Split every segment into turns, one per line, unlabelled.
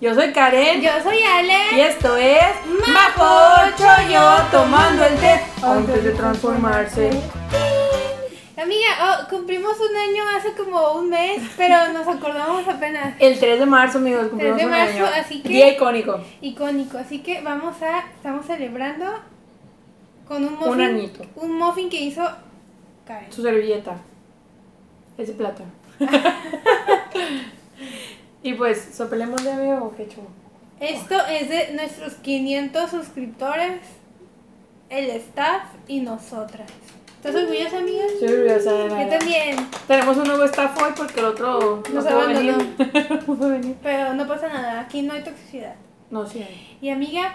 Yo soy Karen.
Yo soy Ale.
Y esto es Mapocho Yo tomando el té antes de transformarse.
Amiga, oh, cumplimos un año hace como un mes, pero nos acordamos apenas.
El 3 de marzo, amigos, cumplimos
3 de
un
marzo,
año.
así que-
Día icónico.
Icónico, así que vamos a, estamos celebrando con un muffin.
Un añito.
un muffin que hizo Karen.
Su servilleta. Es de plata. y pues, ¿sopelemos de amigo o qué chulo?
Esto es de nuestros 500 suscriptores, el staff y nosotras. ¿Estás orgullosa, amiga?
Estoy orgullosa de
Yo
nada.
también,
Tenemos un nuevo staff hoy porque el otro no
Nos
pudo venir.
abandonó.
no pudo venir.
pero no pasa nada, aquí no hay toxicidad.
No, sí. hay.
Y amiga.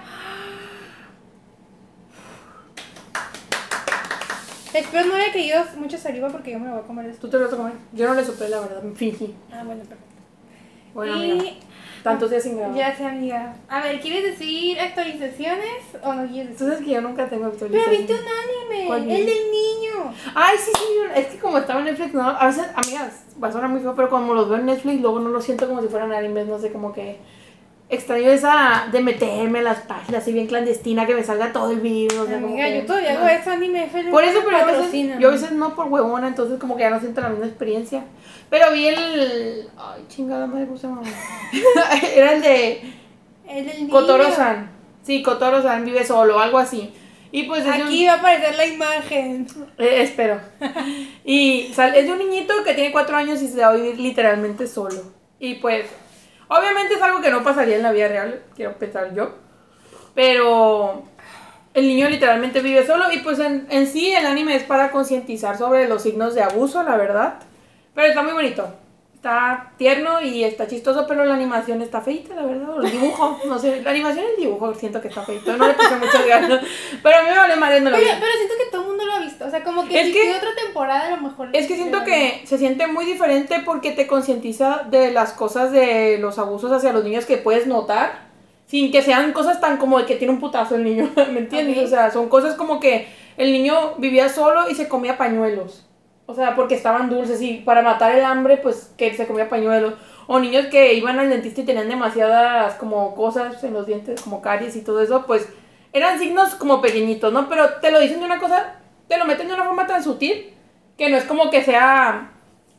Espero no le haya caído mucha saliva porque yo me lo voy a comer
¿Tú
después.
te lo vas a comer? Yo no le sopé, la verdad. Me fingí.
Ah, bueno, perfecto.
Bueno,
y
amiga. Tantos días sin grabar.
ya sé, amiga. A ver, ¿quieres decir actualizaciones o no quieres decir?
Entonces que yo nunca tengo
Pero
actualización.
viste un anime,
¿Cuál
el
vi?
del niño.
Ay, sí, sí, yo- es que como estaba en Netflix, no, a veces, amigas, va a sonar muy feo, pero cuando los veo en Netflix, luego no los siento como si fueran animes, no sé, como que extraño esa de meterme en las páginas así bien clandestina, que me salga todo el video, no sé, como
amiga,
que-
yo todavía hago
Ah.
eso, anime feliz.
Por eso, pero a veces, yo a veces no por huevona, entonces como que ya no siento la misma experiencia. Pero vi el... Ay, chingada madre, ¿cómo se llama? Era el de
El del niño.
Kotoro-san. Sí, Kotoro-san vive solo, algo así. Y pues desde un-
Aquí va a aparecer la imagen.
eh, espero. Y sal- es de un niñito que tiene cuatro años y se va a vivir literalmente solo. Y pues, obviamente es algo que no pasaría en la vida real, quiero pensar yo. Pero el niño literalmente vive solo y pues en, en sí el anime es para concientizar sobre los signos de abuso, la verdad. Pero está muy bonito. Está tierno y está chistoso, pero la animación está feita, la verdad. O el dibujo, no sé. La animación y el dibujo siento que está feito. No le puse muchas ganas. Pero a mí me vale madre, no lo
Pero,
vi.
pero siento que todo el mundo lo ha visto. O sea, como que
Es
si
que-
tiene otra temporada a lo mejor.
Es que siento que se siente muy diferente porque te concientiza de las cosas de los abusos hacia los niños que puedes notar, sin que sean cosas tan como el que tiene un putazo el niño, ¿me entiendes?
Ok.
O sea, son cosas como que el niño vivía solo y se comía pañuelos. O sea, porque estaban dulces y para matar el hambre, pues que se comía pañuelos. O niños que iban al dentista y tenían demasiadas como cosas en los dientes, como caries y todo eso, pues eran signos como pequeñitos, ¿no? Pero te lo dicen de una cosa, te lo meten de una forma tan sutil que no es como que sea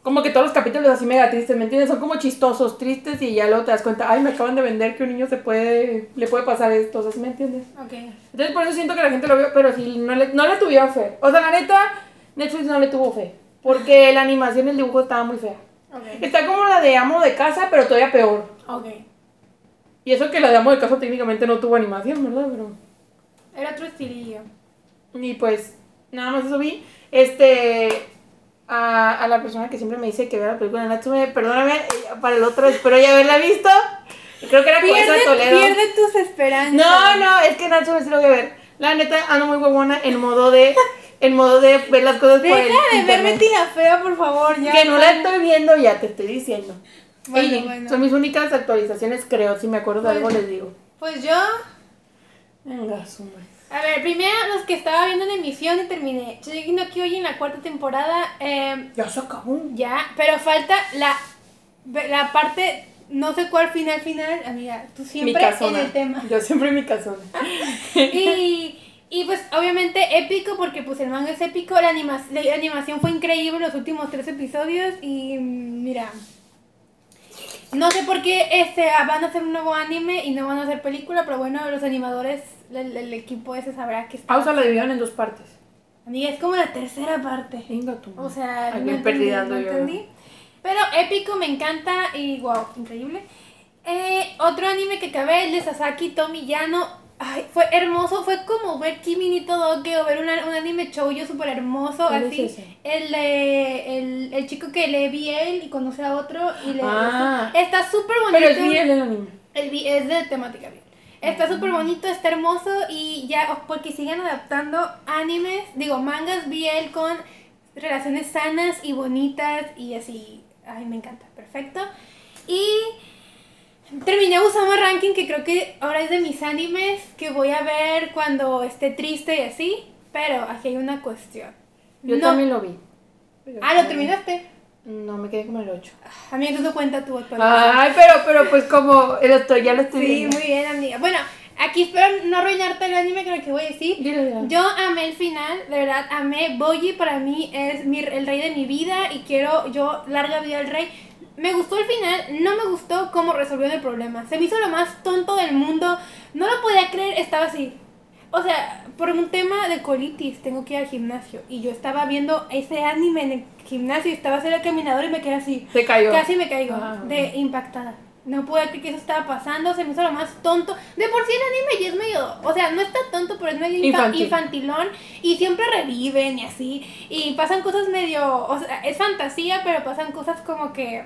como que todos los capítulos así mega tristes, ¿me entiendes? Son como chistosos, tristes y ya luego te das cuenta, ay, me acaban de vender que un niño se puede le puede pasar esto, o sea, ¿sí me entiendes?
Ok.
Entonces por eso siento que la gente lo vio, pero sí no le no le tuvieron fe. O sea, la neta Netflix no le tuvo fe, porque la animación y el dibujo estaba muy fea.
Ok.
Está como la de Amo de casa, pero todavía peor.
Ok.
Y eso que la de Amo de casa técnicamente no tuvo animación, ¿verdad? Pero
Era otro estilillo.
Y pues, nada más eso vi. Este. A, a la persona que siempre me dice que vea la película de Natsume, perdóname, eh, para el otro, espero ya haberla visto. Creo que era Coesa
Pierde,
Toledo.
pierde tus esperanzas.
No, no, es que Natsume sí lo voy a ver. La neta, ando muy huevona en modo de. En modo de ver las cosas por el
Deja de ver
internet.
Betty la fea, por favor, ya.
Que no la estoy viendo, ya te estoy diciendo.
Bueno,
Y
bueno.
Son mis únicas actualizaciones, creo. Si me acuerdo de algo,
Bueno.
les digo.
Pues yo, a
Venga, su madre.
ver, primero los que estaba viendo en emisión y terminé. Shingeki no Kyojin en la cuarta temporada. eh,
Ya se acabó.
ya, pero falta la, la parte, no sé cuál final final, amiga, tú
Mi
siempre en
casona.
el tema.
Yo siempre en mi casona.
Y, y pues obviamente épico porque pues el manga es épico, la, anima- la animación fue increíble los últimos tres episodios y mm, mira, no sé por qué este, ah, van a hacer un nuevo anime y no van a hacer película, pero bueno, los animadores, el, el equipo ese sabrá que está...
Ah, o sea, la dividieron en dos partes.
Amiga, es como la tercera parte.
Venga tú.
O sea,
Ay,
no
bien
entendí,
perdida
no
ando yo.
entendí. Pero épico, me encanta y wow, increíble. Eh, otro anime que acabé, el de Sasaki Tomiyano. Ay, fue hermoso, fue como ver Kimi ni Todoke o ver una- un anime shoujo súper hermoso,
¿Cuál es
así.
ese?
el, de- el, el chico que lee BL y conoce a otro y le...
Ah.
está súper bonito.
Pero es bien el anime.
El vi- es de temática bien. Está súper bonito, está hermoso y ya, oh, porque sigan adaptando animes, digo, mangas BL con relaciones sanas y bonitas y así. Ay, me encanta, perfecto. Y terminé Usama Ranking, que creo que ahora es de mis animes que voy a ver cuando esté triste y así, pero aquí hay una cuestión.
Yo
No-
también lo vi.
Ah, ¿lo terminaste? Ah,
No, me quedé como el 8.
A mí no cuenta tu actualidad.
Ay, pero, pero pues como el otro, ya lo estoy
sí,
viendo.
muy bien, amiga. Bueno, aquí espero no arruinarte el anime con lo que voy a decir.
Dilo, dilo.
Yo amé el final, de verdad, amé Boji, para mí es mi, el rey de mi vida y quiero yo larga vida al rey. Me gustó el final, no me gustó cómo resolvió el problema. Se me hizo lo más tonto del mundo, no lo podía creer, estaba así. O sea, por un tema de colitis, tengo que ir al gimnasio. Y yo estaba viendo ese anime en el gimnasio, y estaba haciendo el caminador y me quedé así.
Se cayó.
Casi me caigo
Ah.
de impactada. No pude creer que eso estaba pasando, se me hizo lo más tonto. De por sí el anime ya es medio, o sea, no está tonto, pero es medio infa-
Infantil.
infantilón y siempre reviven y así. Y pasan cosas medio, o sea, es fantasía, pero pasan cosas como que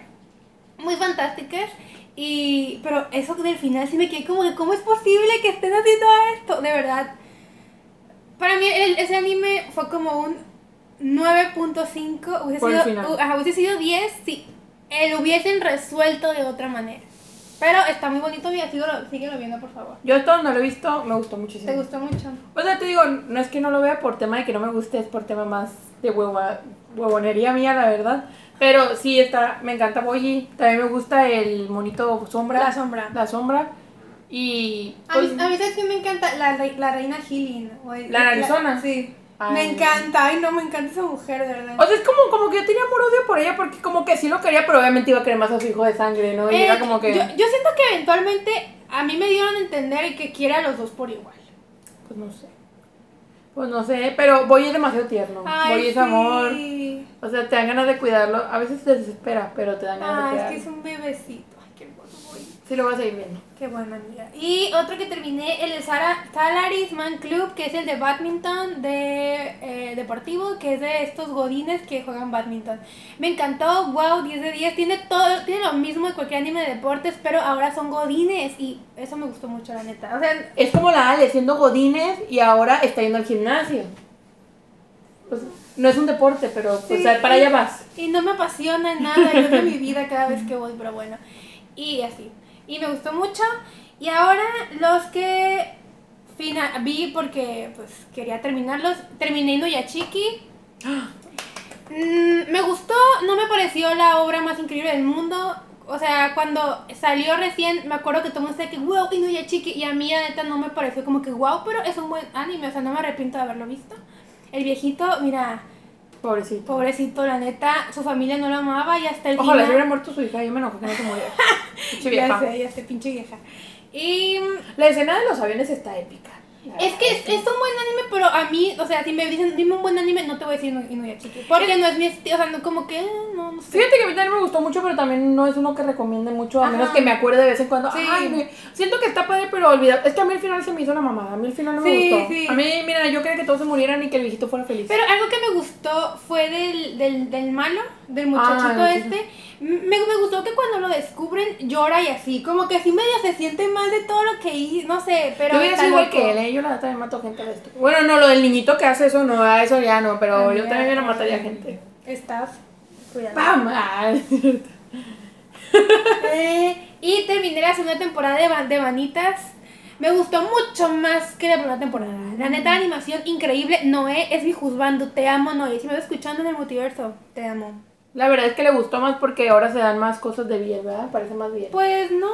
muy fantásticas. Y, pero eso del final sí me quedé como que, ¿cómo es posible que estén haciendo esto? De verdad. Para mí el- ese anime fue como un 9.5, hubiese
Por el
sido,
final.
u- ajá, hubiese sido 10 si eh, lo hubiesen resuelto de otra manera. Pero está muy bonito, mira, síguelo, síguelo viendo, por favor.
Yo esto no lo he visto, me gustó muchísimo.
¿Te gustó mucho?
O sea, te digo, no es que no lo vea por tema de que no me guste, es por tema más de hueva, huevonería mía, la verdad. Pero sí, está, me encanta Boji. También me gusta el monito sombra.
La sombra.
La sombra. Y.
A mí,
pues,
a mí ¿sabes qué me encanta? La, rei- la reina Healing. o el-
La narizona.
Sí.
Ay.
Me encanta, ay no, me encanta esa mujer, de verdad.
o sea, es como, como que yo tenía amor odio por ella porque como que sí lo quería, pero obviamente iba a querer más a su hijo de sangre, ¿no? Y
Eh,
era como que.
yo, yo siento que eventualmente a mí me dieron a entender que quiere a los dos por igual.
Pues no sé. Pues no sé, pero Boji es demasiado tierno.
Ay,
Boji es
sí.
amor. O sea, te dan ganas de cuidarlo. A veces te desespera, pero te dan ganas de
Ay, Ah, es
cuidarlo.
que es un bebecito. Ay, qué hermoso Boy.
Sí, lo voy a seguir viendo.
Qué buena amiga. Y otro que terminé, el de Sara, Salaries Man Club, que es el de badminton de eh, deportivo, que es de estos godines que juegan badminton. Me encantó, wow, 10 de 10. Tiene todo, tiene lo mismo de cualquier anime de deportes, pero ahora son godines y eso me gustó mucho, la neta. O sea,
Es como la Ale siendo Godines y ahora está yendo al gimnasio. Pues, no es un deporte, pero pues,
Sí.
para allá vas.
Y no me apasiona nada, yo de mi vida cada vez que voy, pero bueno. Y así. Y me gustó mucho. Y ahora los que fina- vi porque pues quería terminarlos, terminé Inuyachiki. Mm, me gustó, no me pareció la obra más increíble del mundo. O sea, cuando salió recién, me acuerdo que todo el mundo decía que wow, Inuyachiki. Y a mí, la neta, no me pareció como que wow, pero es un buen anime. O sea, no me arrepiento de haberlo visto. El viejito, mira,
Pobrecito.
Pobrecito, la neta, su familia no lo amaba y hasta el
Ojalá se hubiera
final.
muerto su hija, yo me enojo que no se muriera. Pinche
ya
vieja.
sé, ya sé, pinche vieja. Y mm,
La escena de los aviones está épica. la
es
verdad.
que es, es un buen anime, pero a mí, o sea, si me dicen, dime un buen anime, no te voy a decir Inu- Inuyachiki. Porque no es mi estilo, o sea, no como que, eh, no, no sé.
Fíjate que a mí también me gustó mucho, pero también no es uno que recomiende mucho, a
Ajá.
menos que me acuerde de vez en cuando.
Sí.
Ay, me- siento que está padre, pero olvidar. Es que a mí al final se me hizo una mamada, a mí al final no
Sí,
me gustó.
sí.
A mí, mira, yo quería que todos se murieran y que el viejito fuera feliz.
Pero algo que me gustó fue del, del, del malo, del muchachito
Ah, el muchacho.
este. M- Me, me gustó que cuando lo descubren llora y así, como que así medio se siente mal de todo lo que hizo, no sé, pero.
yo hubiera
está
sido igual
loco.
que él, ¿eh? yo la neta también mato gente de esto. Bueno, no, lo del niñito que hace eso, no, a eso ya no, pero yo
Amiga,
también hubiera matado a gente.
Estás. Cuidado.
¡Pam! Ah,
Eh, y terminé la segunda temporada de, Van- de Vanitas. Me gustó mucho más que la primera temporada. La neta, la animación increíble. Noé es mi juzgando. Te amo, Noé. Si me vas escuchando en el multiverso, te amo.
La verdad es que le gustó más porque ahora se dan más cosas de bien, ¿verdad? Parece más bien.
Pues no.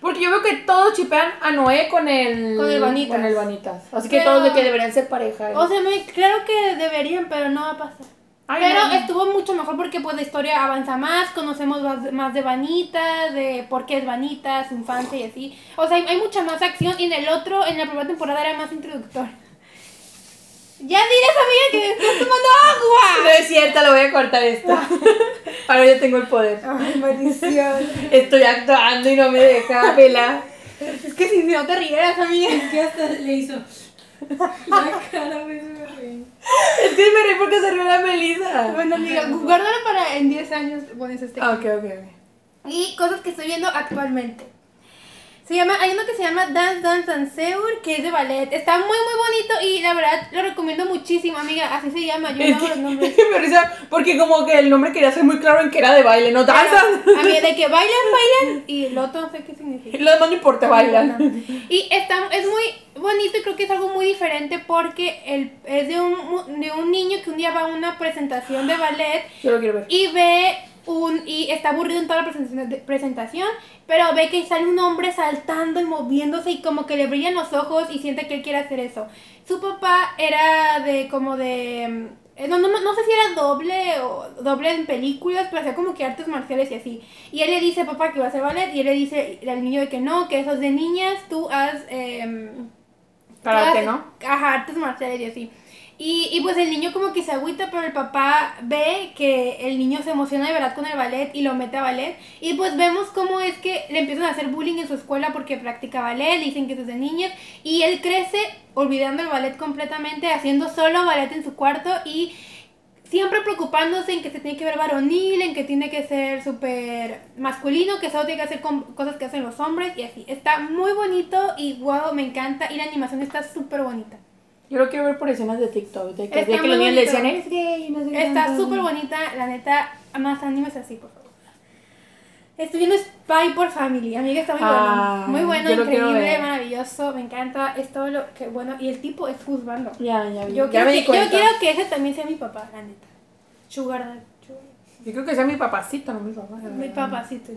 Porque yo veo que todos chipean a Noé con el...
Con el Vanitas.
con el Vanitas. Así que
Pero-
todos de que deberían ser pareja. ¿eh?
O sea, me, claro que deberían, pero no va a pasar.
Ay,
pero
no.
estuvo mucho mejor porque pues la historia avanza más, conocemos más, más de Vanitas, de por qué es Vanitas, su infancia y así. O sea, hay, hay mucha más acción y en el otro, en la primera temporada era más introductor. Ya dirás, amiga, que estás tomando agua.
No es cierto, lo voy a cortar esto.
Ah.
ahora yo tengo el poder.
Ay, maldición.
Estoy actuando y no me deja pelar.
es que si no te rieras, amiga.
que hasta le hizo la cara, güey, se me reí.
Es que me reí porque se rió la Melissa.
Bueno, amiga, guárdalo para en 10 años pones este.
Ah, Ok, ok, ok.
Y cosas que estoy viendo actualmente. Se llama, hay uno que se llama Dance Dance Danceur, que es de ballet. Está muy, muy bonito y la verdad lo recomiendo muchísimo, amiga. Así se llama, yo no
Es
hago los nombres.
que me risa porque como que el nombre quería ser muy claro en que era de baile, no danzan.
A mí de que bailan, bailan y el otro no sé qué significa.
Lo demás no importa, bailan.
Y está, es muy bonito y creo que es algo muy diferente porque el, es de un, mu- de un niño que un día va a una presentación de ballet
Yo lo quiero ver.
y ve un, y está aburrido en toda la presentación, de- presentación, pero ve que sale un hombre saltando y moviéndose y como que le brillan los ojos y siente que él quiere hacer eso. Su papá era de como de... mm, eh, No, no, no sé si era doble o doble en películas, pero hacía como que artes marciales y así. Y él le dice, papá, que va a hacer ballet, y él le dice al niño de que no, que eso es de niñas, tú haz... em,
Karate,
todas-
¿no?
Ajá, artes marciales y así. Y, y pues el niño como que se agüita, pero el papá ve que el niño se emociona de verdad con el ballet y lo mete a ballet. Y pues vemos cómo es que le empiezan a hacer bullying en su escuela porque practica ballet, le dicen que es de niñas. Y él crece olvidando el ballet completamente, haciendo solo ballet en su cuarto y siempre preocupándose en que se tiene que ver varonil, en que tiene que ser súper masculino, que solo tiene que hacer com- cosas que hacen los hombres y así. Está muy bonito y wow, me encanta. Y la animación está súper bonita.
Yo lo quiero ver por escenas de TikTok. De que,
Está
de que
muy
los niños le
bonito.
decían, eres gay, no sé qué
Está
tanto".
súper bonita, la neta. Más animes así, por favor. Estoy viendo Spy por Family, amiga, está muy
Ah,
bueno. Muy bueno,
yo lo quiero
increíble,
ver.
maravilloso, me encanta. Es todo lo que bueno. Y el tipo es juzgando.
Ya, ya, vi.
Yo,
Mm, ya
quiero,
me
que,
di cuenta.
yo quiero que ese también sea mi papá, la neta. Sugar, daddy, sugar.
Yo creo que sea mi papacito, no mi papá. la
Mi
verdad.
papacito.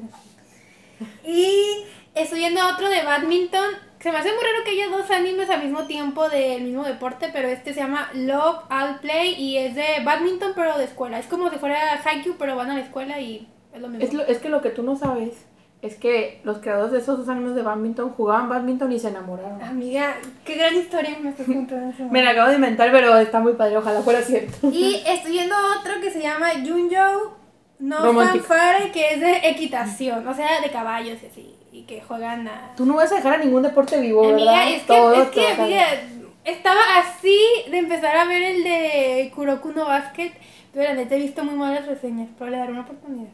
Y estoy viendo otro de badminton. Se me hace muy raro que haya dos animes al mismo tiempo del mismo deporte, pero este se llama Love All Play y es de badminton pero de escuela. Es como si fuera Haikyuu pero van a la escuela y es lo mismo.
Es, lo- es que lo que tú no sabes es que los creadores de esos dos animes de badminton jugaban badminton y se enamoraron.
Ah. Amiga, qué gran historia me estás contando.
Me la acabo de inventar, pero está muy padre, ojalá fuera cierto.
Y estoy viendo otro que se llama Junjo No
Romántico.
Fanfare, que es de equitación, o sea, de caballos y así, y que juegan a...
Tú no vas a dejar a ningún deporte vivo,
Amiga,
¿verdad?
es que,
Todos
es
te
que
vas a-
amiga, estaba así de empezar a ver el de Kuroku no Basket, pero la neta he visto muy malas reseñas, pero le daré una oportunidad.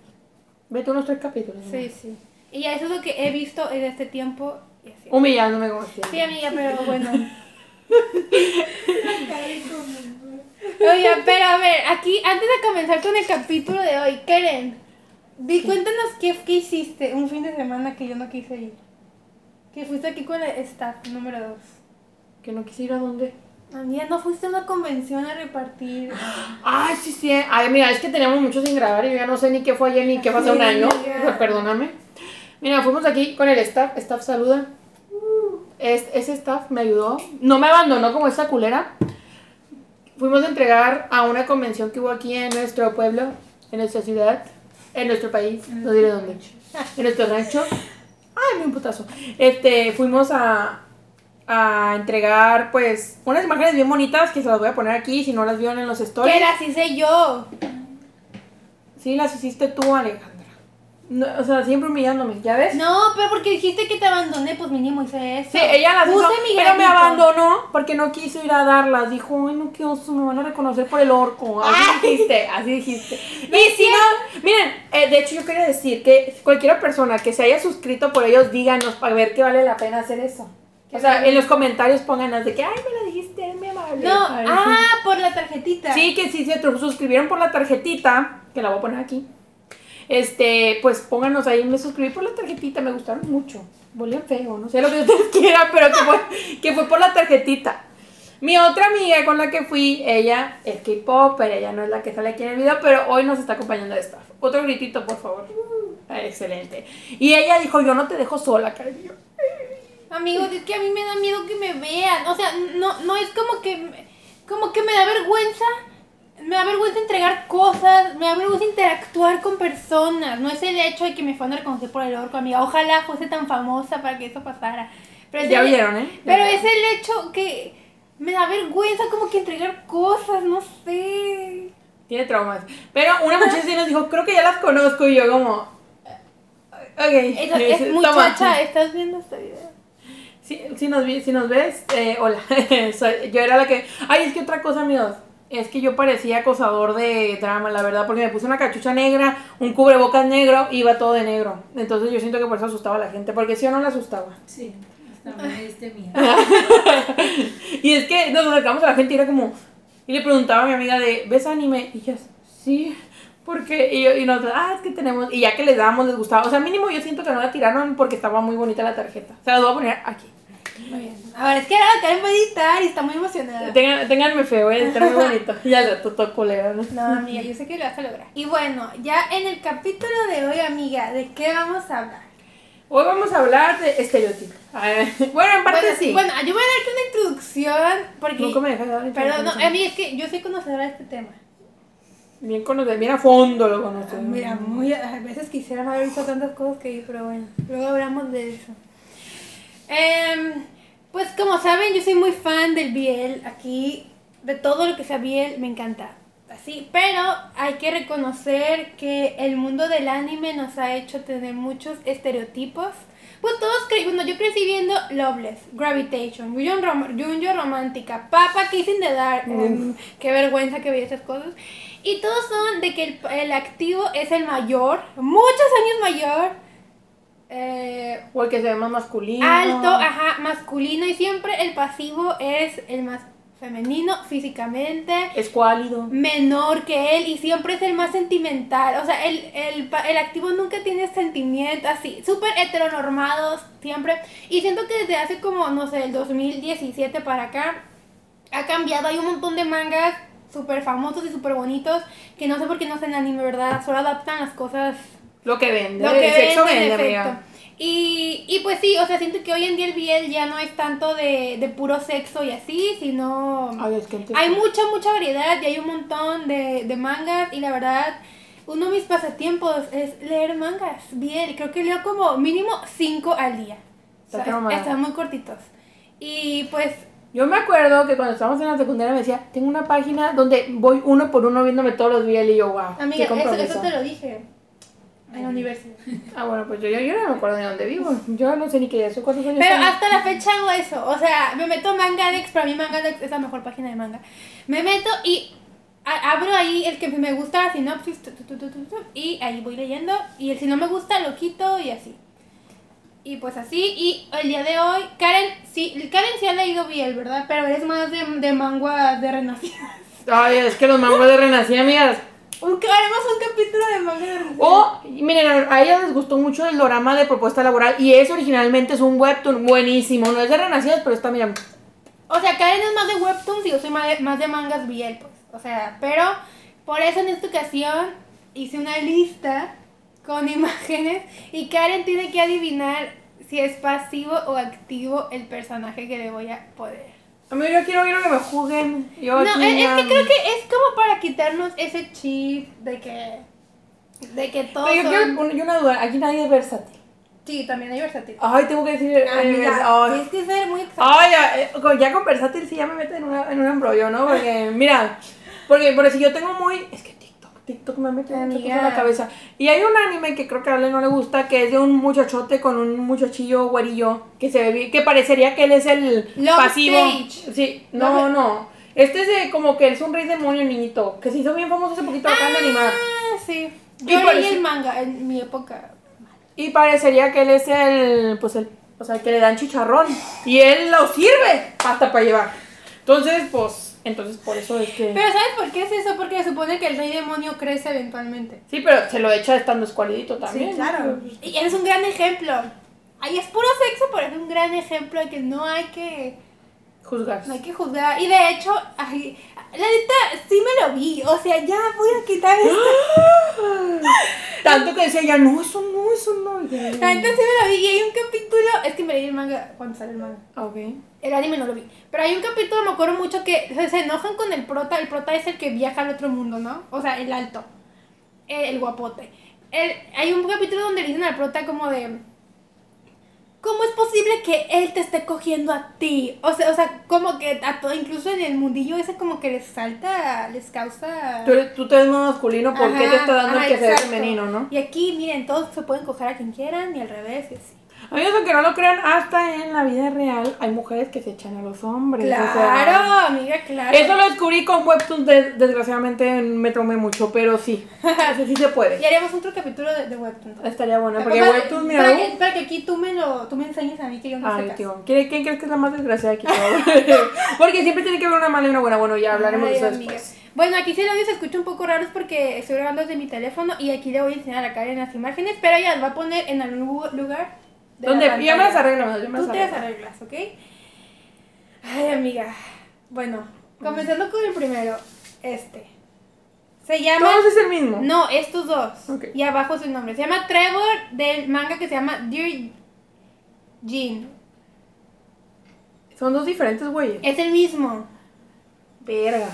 Vete unos tres capítulos.
Sí, sí. Y ya eso es lo que he visto en este tiempo. y así.
¿no? Humillándome como
Sí,
siempre.
amiga, pero bueno.
Cae como-
Oye, pero a ver, aquí, antes de comenzar con el capítulo de hoy, Karen, di, cuéntanos qué, qué hiciste un fin de semana que yo no quise ir. Que fuiste aquí con el staff número 2.
Que no quise ir a dónde.
Amiga, no fuiste a una convención a repartir.
Ay, sí, sí. Ay, mira, es que teníamos mucho sin grabar y yo ya no sé ni qué fue ayer ni qué fue hace un año.
Sí,
O sea, perdóname. Mira, fuimos aquí con el staff. Staff saluda. Es- ese staff me ayudó. No me abandonó como esta culera. Fuimos a entregar a una convención que hubo aquí en nuestro pueblo, en nuestra ciudad, en nuestro país, no diré dónde. En nuestro rancho. Ay, me dio un putazo. Este, fuimos a, a entregar, pues, unas imágenes bien bonitas que se las voy a poner aquí si no las vieron en los stories.
Que las hice yo.
Sí, las hiciste tú, Alejandra. No, o sea, siempre humillándome, ¿ya ves?
No, pero porque dijiste que te abandoné, pues mínimo hice eso.
Sí, ella las
Puse
hizo,
mi
pero me
granito.
abandonó porque no quiso ir a darlas. Dijo, ay, no, qué oso, me van a reconocer por el orco. Así dijiste, así dijiste. y si no, miren, eh, de hecho yo quería decir que cualquier persona que se haya suscrito por ellos, díganos para ver que vale la pena hacer eso. O sea, en los comentarios pónganos de que, ay, me la dijiste, eres muy amable.
No,
Ay, sí.
ah, por la tarjetita.
Sí, que si se tru- suscribieron por la tarjetita, que la voy a poner aquí. Este, pues pónganos ahí, me suscribí por la tarjetita, me gustaron mucho. Volvían feo, no sé lo que ustedes quieran, pero que fue, que fue por la tarjetita. Mi otra amiga con la que fui, ella es K-pop, pero ella no es la que sale aquí en el video, pero hoy nos está acompañando de staff. Otro gritito, por favor.
Uh.
Ah, Excelente. Y ella dijo, yo no te dejo sola, cariño.
Amigos, es que a mí me da miedo que me vean. O sea, no, no es como que. me- Como que me da vergüenza. Me da vergüenza entregar cosas. Me da vergüenza interactuar con personas. No es el hecho de que me fueran a reconocer por el orco, amiga. Ojalá fuese tan famosa para que eso pasara. Pero es
Ya
el-
vieron, ¿eh?
Pero es el hecho que me da vergüenza como que entregar cosas, no sé.
Tiene traumas. Pero una muchacha sí nos dijo, creo que ya las conozco. Y yo como... eh, Ok.
Esa-
Me dice,
es eh.
"Toma".
muchacha, estás viendo este video.
Si, si nos, vi- si nos ves, eh, hola. Soy- yo era la que... Ay, es que otra cosa, amigos. Es que yo parecía acosador de drama, la verdad. Porque me puse una cachucha negra, un cubrebocas negro, iba todo de negro. Entonces yo siento que por eso asustaba a la gente. Porque si yo no la asustaba.
Sí, hasta me diste miedo.
Y es que nos acercamos a la gente y era como. Y le preguntaba a mi amiga de, ¿ves anime? Y ellas, sí, porque. Y, yo- y nosotros, ah, es que tenemos. Y ya que les dábamos, les gustaba. O sea, mínimo yo siento que no la tiraron porque estaba muy bonita la tarjeta. Se la voy a poner aquí.
Muy bien. Ahora es que ahora Karen va a editar y está muy emocionada.
Tengan- ténganme feo, voy a estar muy bonito. Y al rato todo culero, ¿no?
No, amiga, yo sé que lo vas a lograr. Y bueno, ya en el capítulo de hoy, amiga, ¿de qué vamos a hablar?
Hoy vamos a hablar de estereotipos. A ver, Bueno, en parte
bueno,
sí.
Bueno, yo voy a darte una introducción porque...
Nunca me dejas dar
Perdón, no,
información.
amiga, es que yo soy conocedora de este tema.
Bien conocido, bien a fondo lo conozco.
Ah, Mira, muy, a veces quisiera no haber visto tantas cosas que vi, pero bueno, luego hablamos de eso. Em, pues como saben, yo soy muy fan del Biel, aquí, de todo lo que sea Biel, me encanta. Así, pero hay que reconocer que el mundo del anime nos ha hecho tener muchos estereotipos. Pues todos cre bueno, yo crecí viendo Loveless, Gravitation, Junior, Rom- Junior Romántica, Papa Kissing the Dark. em, qué vergüenza que veía esas cosas. Y todos son de que el, el activo es el mayor, muchos años mayor, eh,
O el que se ve más masculino.
alto, ajá, masculino y siempre el pasivo es el más femenino físicamente,
Es cuálido.
menor que él y siempre es el más sentimental. O sea, el, el, pa- el activo nunca tiene sentimiento, así, súper heteronormados siempre. Y siento que desde hace como, no sé, el 2017 para acá, ha cambiado. Hay un montón de mangas súper famosos y súper bonitos que no sé por qué no hacen anime, ¿verdad? Solo adaptan las cosas
Lo que vende.
lo que
el sexo
vende,
vende,
en
amiga.
efecto. Y, y pues sí, o sea, siento que hoy en día el BL ya no es tanto de, de puro sexo y así, sino...
Ay, es que antes-
Hay mucha, mucha variedad y hay un montón de, de mangas y la verdad, uno de mis pasatiempos es leer mangas. Bien, creo que leo como mínimo 5 al día.
Está que mamada.
están muy cortitos. Y pues,
Yo me acuerdo que cuando estábamos en la secundaria me decía, tengo una página donde voy uno por uno viéndome todos los días y yo, wow,
amiga,
qué
eso,
compromiso.
eso te lo dije en la universidad.
Ah, bueno, pues yo, yo, yo no me acuerdo de dónde vivo. Yo no sé ni qué día soy, cuántos años
Pero
tengo.
hasta la fecha hago eso. O sea, me meto a Mangadex, para mí Mangadex es la mejor página de manga. Me meto y a- abro ahí el que me gusta la sinopsis tu, tu, tu, tu, tu, tu, y ahí voy leyendo. Y el si no me gusta lo quito y así. Y pues así, y el día de hoy, Karen sí, Karen sí ha leído bien, ¿verdad? Pero eres más de, de manga de renacida.
Ay, es que los mangos de Renací, amigas.
Un, haremos un capítulo de manga de renacida.
O, miren, a a ellas les gustó mucho el drama de propuesta laboral y es originalmente es un webtoon buenísimo. No es de Renacidas, pero está, mira,
O sea, Karen es más de webtoons y yo soy más de, más de mangas BL, pues. O sea, pero por eso en esta ocasión hice una lista con imágenes y Karen tiene que adivinar si es pasivo o activo el personaje que le voy a poder.
a mí yo quiero, quiero que me juzguen. Yo
No, e,
aquí,
es, es que
um,
creo que es como para quitarnos ese chip de que de que todos
Oye, yo
son...
quiero un- yo una duda, aquí nadie es versátil.
Sí, también hay versátil.
Ay, tengo que decir... eh,
Amiga,
ay.
tienes que ser muy exacto.
Ay, ya, eh, con- ya con versátil sí ya me meten en, una- en un embrollo, ¿no? Porque, mira, porque, porque si yo tengo muy... Es que TikTok, TikTok me ha metido muchas cosas en la
Amiga.
cabeza. Y hay un anime que creo que a Ale no le gusta, que es de un muchachote con un muchachillo guarillo, que se ve bien- que parecería que él es el
Love
pasivo.
Stage.
Sí, no, no. Este es de, como que es un rey demonio niñito, que se hizo bien famoso hace poquito, lo acaban de animar.
Ah, sí.
Y
Yo leí
parece-
el manga en mi época.
Y parecería que él es el, pues el, o sea, que le dan chicharrón y él lo sirve hasta para llevar. Entonces, pues, entonces por eso es que...
Pero ¿sabes por qué es eso? Porque se supone que el rey demonio crece eventualmente.
sí, pero se lo echa estando escualidito también.
Y es un gran ejemplo. Ahí es puro sexo, pero es un gran ejemplo de que no hay que,
Juzgar.
no hay que juzgar. Y de hecho, ay, la neta, sí me lo vi. O sea, ya voy a quitar esto.
Tanto que decía ya, no, eso no, eso no.
La neta sí me lo vi. Y hay un capítulo, es que me leí el manga cuando sale el manga.
"Ah, Ok.
El anime no lo vi. Pero hay un capítulo, me acuerdo mucho, que se, se enojan con el prota. El prota es el que viaja al otro mundo, ¿no? O sea, el alto. eh, El, el guapote. El- hay un capítulo donde le dicen al prota como de... ¿Cómo es posible que él te esté cogiendo a ti? O sea, o sea como que a todo, incluso en el mundillo ese como que les salta, les causa...
Tú, eres- tú te ves más masculino, ¿por qué te
Ajá,
está dando
ajá,
el que se ve
exacto.
femenino, no?
Y aquí, miren, todos se pueden coger a quien quieran y al revés y así.
Amigos, aunque no lo crean, hasta en la vida real hay mujeres que se echan a los hombres. o sea,
Claro, amiga, claro.
Eso lo descubrí con Webtoons, des- desgraciadamente me tomé mucho, pero sí. Eso sí se
Y
puede.
haremos otro capítulo de, de Webtoon.
Estaría buena, porque
Para-
Webtoons, mira.
para,
uh,
que, para que aquí tú me lo tú me enseñes a mí que yo no sé
Ay,
caso.
tío. ¿Quién, quién crees que es la más desgraciada aquí? cabrón? porque siempre tiene que haber una mala y una buena. Bueno, ya hablaremos
Ay,
de eso
amiga.
después.
Bueno, aquí si el audio se escucha un poco raro es porque estoy grabando desde mi teléfono y aquí le voy a enseñar a Karen las imágenes, pero ella las va a poner en algún lugar de
Donde
la
yo me las
pantalla.
arreglo, yo me las
Tú te las
arreglo.
arreglas, ¿ok? Ay, amiga. Bueno, comenzando con el primero, este. Se llama...
Todos es el mismo.
No, estos dos.
Ok.
Y abajo su nombre. Se llama Trevor del manga que se llama Dear Jean.
Son dos diferentes güeyes.
Es el mismo.
Verga.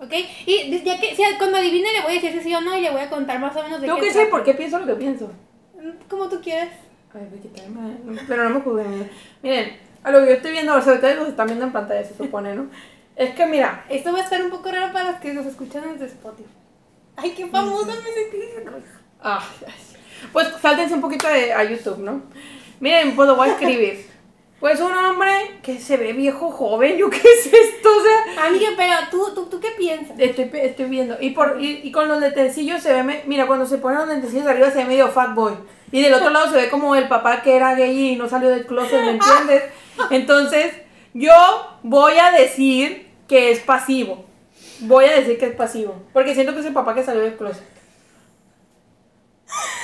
¿Ok? Y desde ya que, si, cuando adivine le voy a decir si sí o no y le voy a contar más o menos de
Tengo
qué
que sé
trata.
por qué pienso lo que pienso.
Mm, Como tú quieras.
Ay, voy a quitarme. Pero no me juzguen. miren. Miren, a lo que yo estoy viendo, o sea, ustedes los están viendo en pantalla, se supone, ¿no? Es que mira,
Esto va a estar un poco raro para los que nos escuchan desde Spotify. Ay, qué famosa me sentí.
Ah, pues sáltense un poquito de- a YouTube, ¿no? Miren, pues lo voy a escribir. Pues un hombre que se ve viejo, joven, yo qué es esto, o sea,
Amiga, pero tú, tú, tú qué piensas.
estoy, pe- estoy viendo. Y, por, y, y con los lentecillos se ve, me- mira, cuando se ponen los lentecillos de arriba se ve medio fuckboy. Y del otro lado se ve como el papá que era gay y no salió del closet, ¿me entiendes? Entonces, yo voy a decir que es pasivo. Voy a decir que es pasivo. Porque siento que es el papá que salió del closet.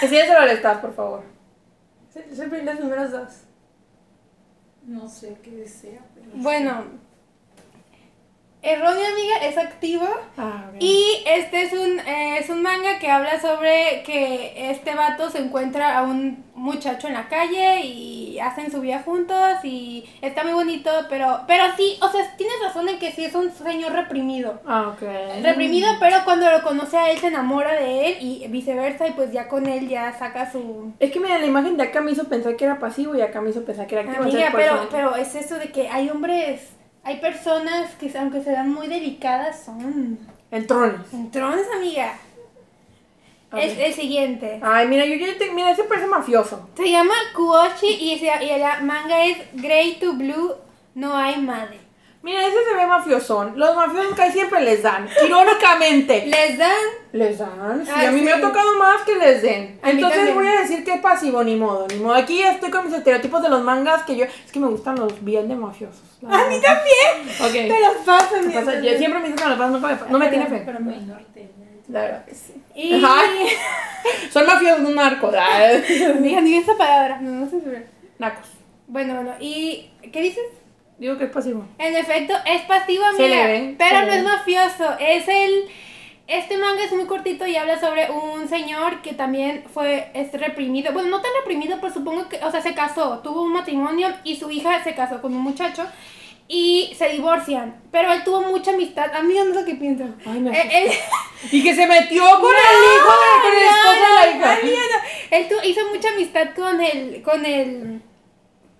Enséñaselo al staff, por favor.
Siempre los números dos.
No sé qué desea, pero.
Bueno, Errónea Amiga es activa
Ah, ok.
y este es un, eh, es un manga que habla sobre que este vato se encuentra a un muchacho en la calle y hacen su vida juntos y está muy bonito, pero, pero sí, o sea, tienes razón en que sí es un señor reprimido.
Ah, ok.
Reprimido, pero cuando lo conoce a él se enamora de él y viceversa y pues ya con él ya saca su...
Es que mira, la imagen de acá me hizo pensar que era pasivo y acá me hizo pensar que era activo.
Amiga,
entonces, por
Ah, pero,
eso-
pero es eso de que hay hombres, hay personas que aunque se vean muy delicadas son
En tronos.
entrones, amiga.
A
Es
ver.
el siguiente.
Ay, mira, yo, yo te- mira, ese parece mafioso.
Se llama Kuoshi y, se- y la manga es Grey to Blue, no hay madre.
Mira, ese se ve mafiosón. Los mafiosos casi siempre les dan. Irónicamente.
Les dan,
les dan. Sí,
Ay,
a mí
sí.
me ha tocado más que les den.
A mí
Entonces
también.
voy a decir que es pasivo, ni modo, ni modo. Aquí estoy con mis estereotipos de los mangas que yo. Es que me gustan los bien de mafiosos. A mí también. Ok.
te los pasan.
¿Qué pasa? Yo siempre me dicen que me lo pasan, no me, no me tiene fe.
Muy norteña.
La verdad que sí.
Y...
Ajá. Son mafiosos, no narcos. Ay.
Amiga, ni esa palabra. No, no sé si-
Nacos.
Bueno, bueno, ¿y qué dices?
Digo que es pasivo.
En efecto, es pasivo,
Se
amiga.
le ve,
pero
se
no
le
es
ve.
mafioso. Es el. Este manga es muy cortito y habla sobre un señor que también fue es reprimido. Bueno, no tan reprimido, pero supongo que. O sea, se casó, tuvo un matrimonio y su hija se casó con un muchacho y se divorcian. Pero él tuvo mucha amistad. Amiga, no sé qué piensas.
Ay, me
Él- él-
Eh, Y que se metió con el hijo, de- con el esposo de la
eh, no,
hija.
no, no. Él tu- hizo mucha amistad con el. con el.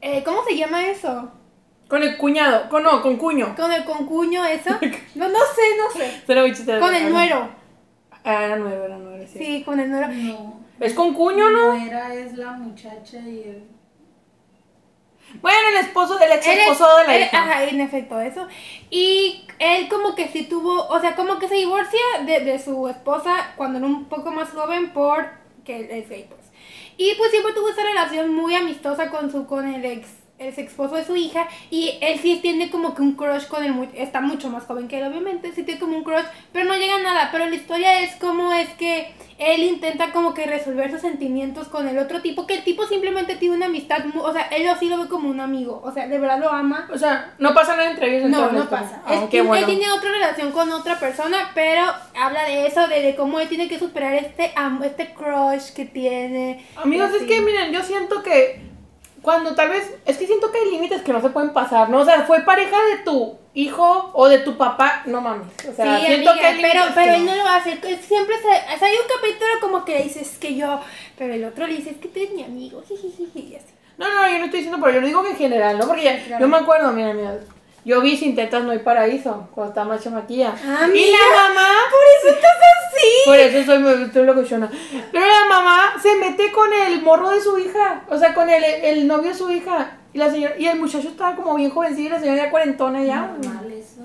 eh, ¿Cómo se llama eso?
Con el cuñado, con no, con cuño.
Con el concuño, eso. No, no sé, no sé.
Será un chiste de-
Con el nuero.
Ah, era nuero, era nuero, sí.
Sí, con el nuero.
No.
¿Es con cuño, no?
No era, es la muchacha y el.
Bueno, el esposo, el ex
Él es-
esposo de la
él-
hija.
Ajá, en efecto, eso. Y él como que sí tuvo, o sea, como que se divorcia de, de su esposa cuando era un poco más joven porque él es gay, pues. Y pues siempre tuvo esa relación muy amistosa con su, con el ex el esposo de su hija y él sí tiene como que un crush con el mu- está mucho más joven que él obviamente sí tiene como un crush pero no llega a nada pero la historia es como es que él intenta como que resolver sus sentimientos con el otro tipo que el tipo simplemente tiene una amistad mu- o sea él lo sí lo ve como un amigo o sea de verdad lo ama
O sea, no pasa nada entre ellos.
no,
entonces,
no pasa.
Ah,
él,
qué
tiene-
bueno.
él tiene otra relación con otra persona, pero habla de eso, de, de cómo él tiene que superar este am- este crush que tiene.
Amigos,
Y
es que
así.
miren, yo siento que cuando tal vez, es que siento que hay límites que no se pueden pasar, ¿no? O sea, fue pareja de tu hijo o de tu papá, no mames. O sea,
sí,
siento
amiga,
que hay
pero,
límites que
pero él
no.
no lo hace. él Siempre se, o sea, hay un capítulo como que le dices que yo, pero el otro le dice es que tú eres mi amigo. jijijiji, y así.
No, no, yo no estoy diciendo, pero yo lo digo que en general, ¿no? Porque ya- yo me acuerdo, mira, mira. Yo vi Sin Tetas No hay Paraíso, cuando estaba más chamaquilla.
Ah,
y
mira,
la mamá,
Por eso estás así.
por eso soy muy estoy locuchona. Pero la mamá se mete con el morro de su hija, o sea, con el, el novio de su hija. Y la señora, y el muchacho estaba como bien jovencito y la señora ya cuarentona ya.
Normal eso.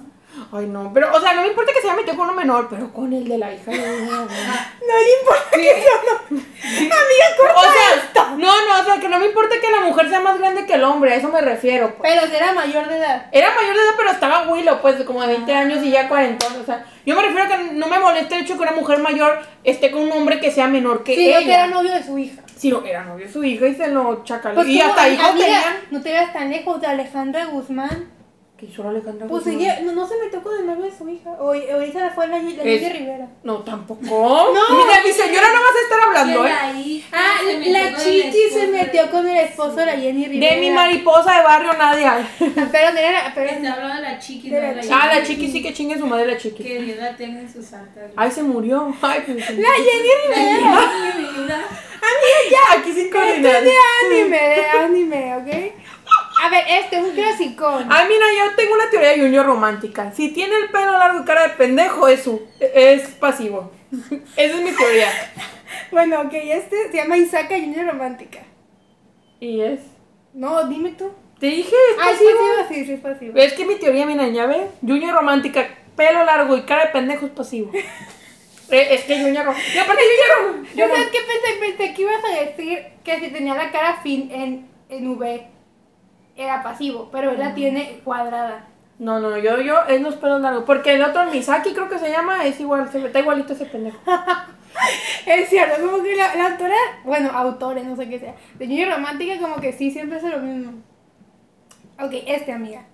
Ay, no, pero, o sea, no me importa que se haya metido con uno menor, pero con el de la hija. no, no.
No le importa que yo no. Amiga,
O sea, no, no, o sea, que no me importa que la mujer sea más grande que el hombre, a eso me refiero. pues.
Pero será mayor de edad.
Era mayor de edad, pero estaba Willow, pues, de como de 20 años y ya 40. O sea, yo me refiero a que no me molesta el hecho que una mujer mayor esté con un hombre que sea menor que
Sí, yo
ella.
que era novio de su hija.
Ciro era novio de su hija y se lo chacaló.
Pues
y
como,
hasta hijos
amiga,
tenían.
No te veas tan lejos de Alejandra Guzmán.
¿Qué hizo la Alejandra?
Pues
Guzmán?
ella no, no se metió con el novio de su hija. O, o esa fue la, la Lidia Rivera.
No, tampoco. Mira, mi señora no vas a estar hablando, ¿eh?
Ah, la Chichi se metió con el esposo de la Jenny Rivera.
De mi mariposa de barrio nadie. hay.
Pero no era- pero
Está hablando de la chiqui.
De la chiqui.
Ah, la chiqui Ah, sí que chingue su madre la chiqui.
Que Dios la tenga en sus santas.
Ay, se murió. Ay, pues,
La Jenny Rivera.
ya, aquí sin coordinar.
De anime, de anime, ¿ok? A ver, este es un clasicón.
Ay, mira, yo tengo una teoría de Junior romántica. Si tiene el pelo largo y cara de pendejo, es, su- es pasivo. Esa es mi teoría.
Bueno, ok, este se llama Isaka Junior Romántica.
¿Y es?
No, dime tú.
Te dije, es
Ah, sí,
pasivo.
sí, sí, sí, es pasivo.
Es que mi teoría, mira, ya ve. Junior romántica, pelo largo y cara de pendejo es pasivo. Eh, es que Junior romántica. Y aparte, Junior rom-
Yo
Junior-
sabes qué pensé, pensé que ibas a decir que si tenía la cara fin en, en V era pasivo, pero él la tiene cuadrada.
No, no, yo, yo, es los pelos largos. Porque el otro, el Misaki, creo que se llama, es igual, se está igualito ese pendejo.
Es cierto, como que la, la autora, bueno, autores, no sé qué sea, de Junior Romántica como que sí, siempre hace lo mismo. Ok, este, amiga.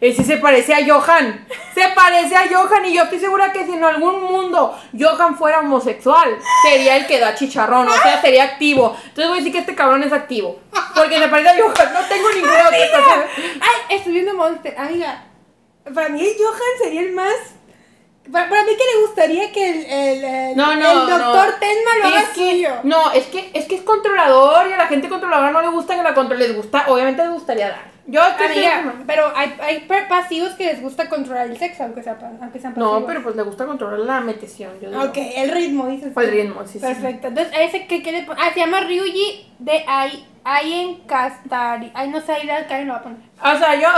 Ese se parece a Johan. Se parece a Johan y yo estoy segura que si en algún mundo Johan fuera homosexual, sería el que da chicharrón, o sea, sería activo. Entonces voy a decir que este cabrón es activo. Porque se parece a Johan, no tengo ninguna otra cosa.
Ay, estoy viendo Monster, amiga. Para mí Johan sería el más. Para, para mí que le gustaría que el, el, el-
No, no,
el doctor
no.
Tenma lo haga
Es que-
suyo.
No, es que, es que es controlador y a la gente controladora no le gusta que la controle, les gusta, obviamente les gustaría dar. Yo estoy
Amiga,
segura-
pero hay, hay per- pasivos que les gusta controlar el sexo, aunque, sea, pa- aunque sean pasivos.
No, pero pues le gusta controlar la metición, yo digo.
Ok, el ritmo, dices.
O el
tú.
Pues ritmo, sí, sí.
Perfecto. Entonces, ¿a ese que, le pon- Ah, se llama Ryuji de Ai- Ayen Kastari. Ay, no sé, ahí la Karen lo va a poner.
O sea, yo.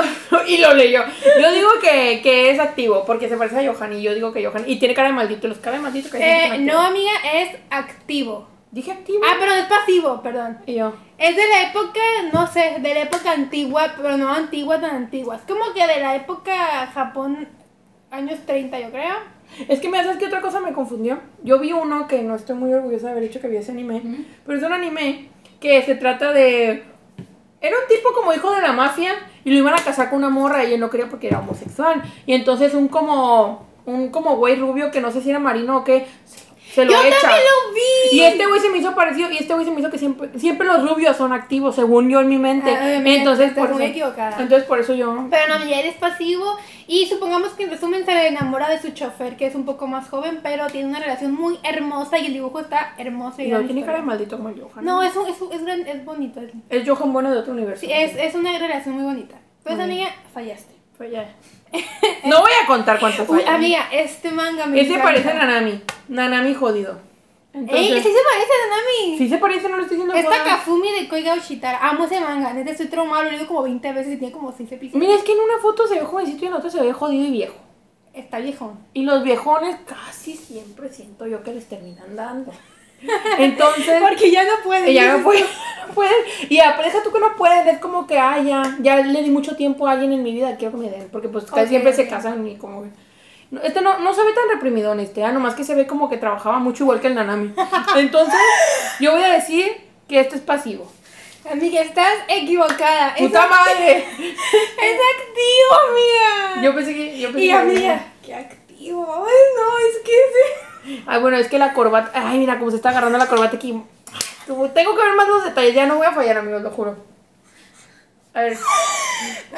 Y lo leyó. Yo digo que, que es activo, porque se parece a Johan. Y yo digo que Johan. Y tiene cara de maldito. Los cara de maldito Pues que
Eh,
dicen que
no,
son activos.
amiga, es activo.
Dije activo.
Ah, pero es pasivo, perdón.
Y yo.
Es de la época, no sé, de la época antigua, pero no antigua tan antigua. Es como que de la época Japón, años 30, yo creo.
Es que me haces que otra cosa me confundió. Yo vi uno que no estoy muy orgullosa de haber dicho que vi ese anime. Pero es un anime que se trata de. Era un tipo como hijo de la mafia y lo iban a casar con una morra y él no quería porque era homosexual. Y entonces un como. Un como güey rubio que no sé si era marino o qué. se- Se lo
¡Yo
echa.
también lo vi!
Y este güey se me hizo parecido, y este güey se me hizo que siempre, siempre los rubios son activos, según yo en mi mente.
Ah, obviamente,
entonces,
estás
por
muy
eso,
equivocada.
entonces por eso yo.
Pero no, ya eres pasivo. Y supongamos que en resumen se enamora de su chofer, que es un poco más joven, pero tiene una relación muy hermosa y el dibujo está hermoso. Y
Y no
gran
tiene cara de
historia.
maldito como el Johan.
No, es, un- es, un- es, gran- es bonito. Es,
Es Johan bueno de otro universo.
sí, es, es una relación muy bonita. Entonces, amiga, fallaste.
Pues ya. No voy a contar cuánto
Uy,
fue.
amiga, este manga me
Este
encanta.
parece a Nanami. Nanami jodido.
¡Ey!
Entonces,
¡Sí se parece a Nanami!
si se parece, no lo estoy diciendo.
Esta
joda.
Kafumi de Koiga Oshitara. Amo ese manga. Neta, estoy traumado. Lo he leído como 20 veces y tiene como 6 episodios.
Mira, es que en una foto se ve jovencito y en la otra se ve jodido y viejo.
Está viejón.
Y los viejones casi siempre siento yo que les terminan dando. Entonces.
Porque ya no puede.
Y ya no pueden, no pueden. Y aparece tú que no pueden, es como que, ay, ya, ya le di mucho tiempo a alguien en mi vida, quiero que me den, porque pues casi
Ok,
siempre se
ok.
casan y como que... No, Este no, no se ve tan reprimido en este, ah, nomás que se ve como que trabajaba mucho igual que el Nanami. Entonces, yo voy a decir que este es pasivo.
Amiga, estás equivocada. Es,
¡Puta
act-
madre!
es activo, amiga.
Yo pensé que... Yo pensé
Y
que-
amiga, qué activo. Ay, no, es que ese-
Ay, bueno, es que la corbata... Ay, mira cómo se está agarrando la corbata aquí. Tengo que ver más los detalles, ya no voy a fallar, amigos, lo juro. A ver,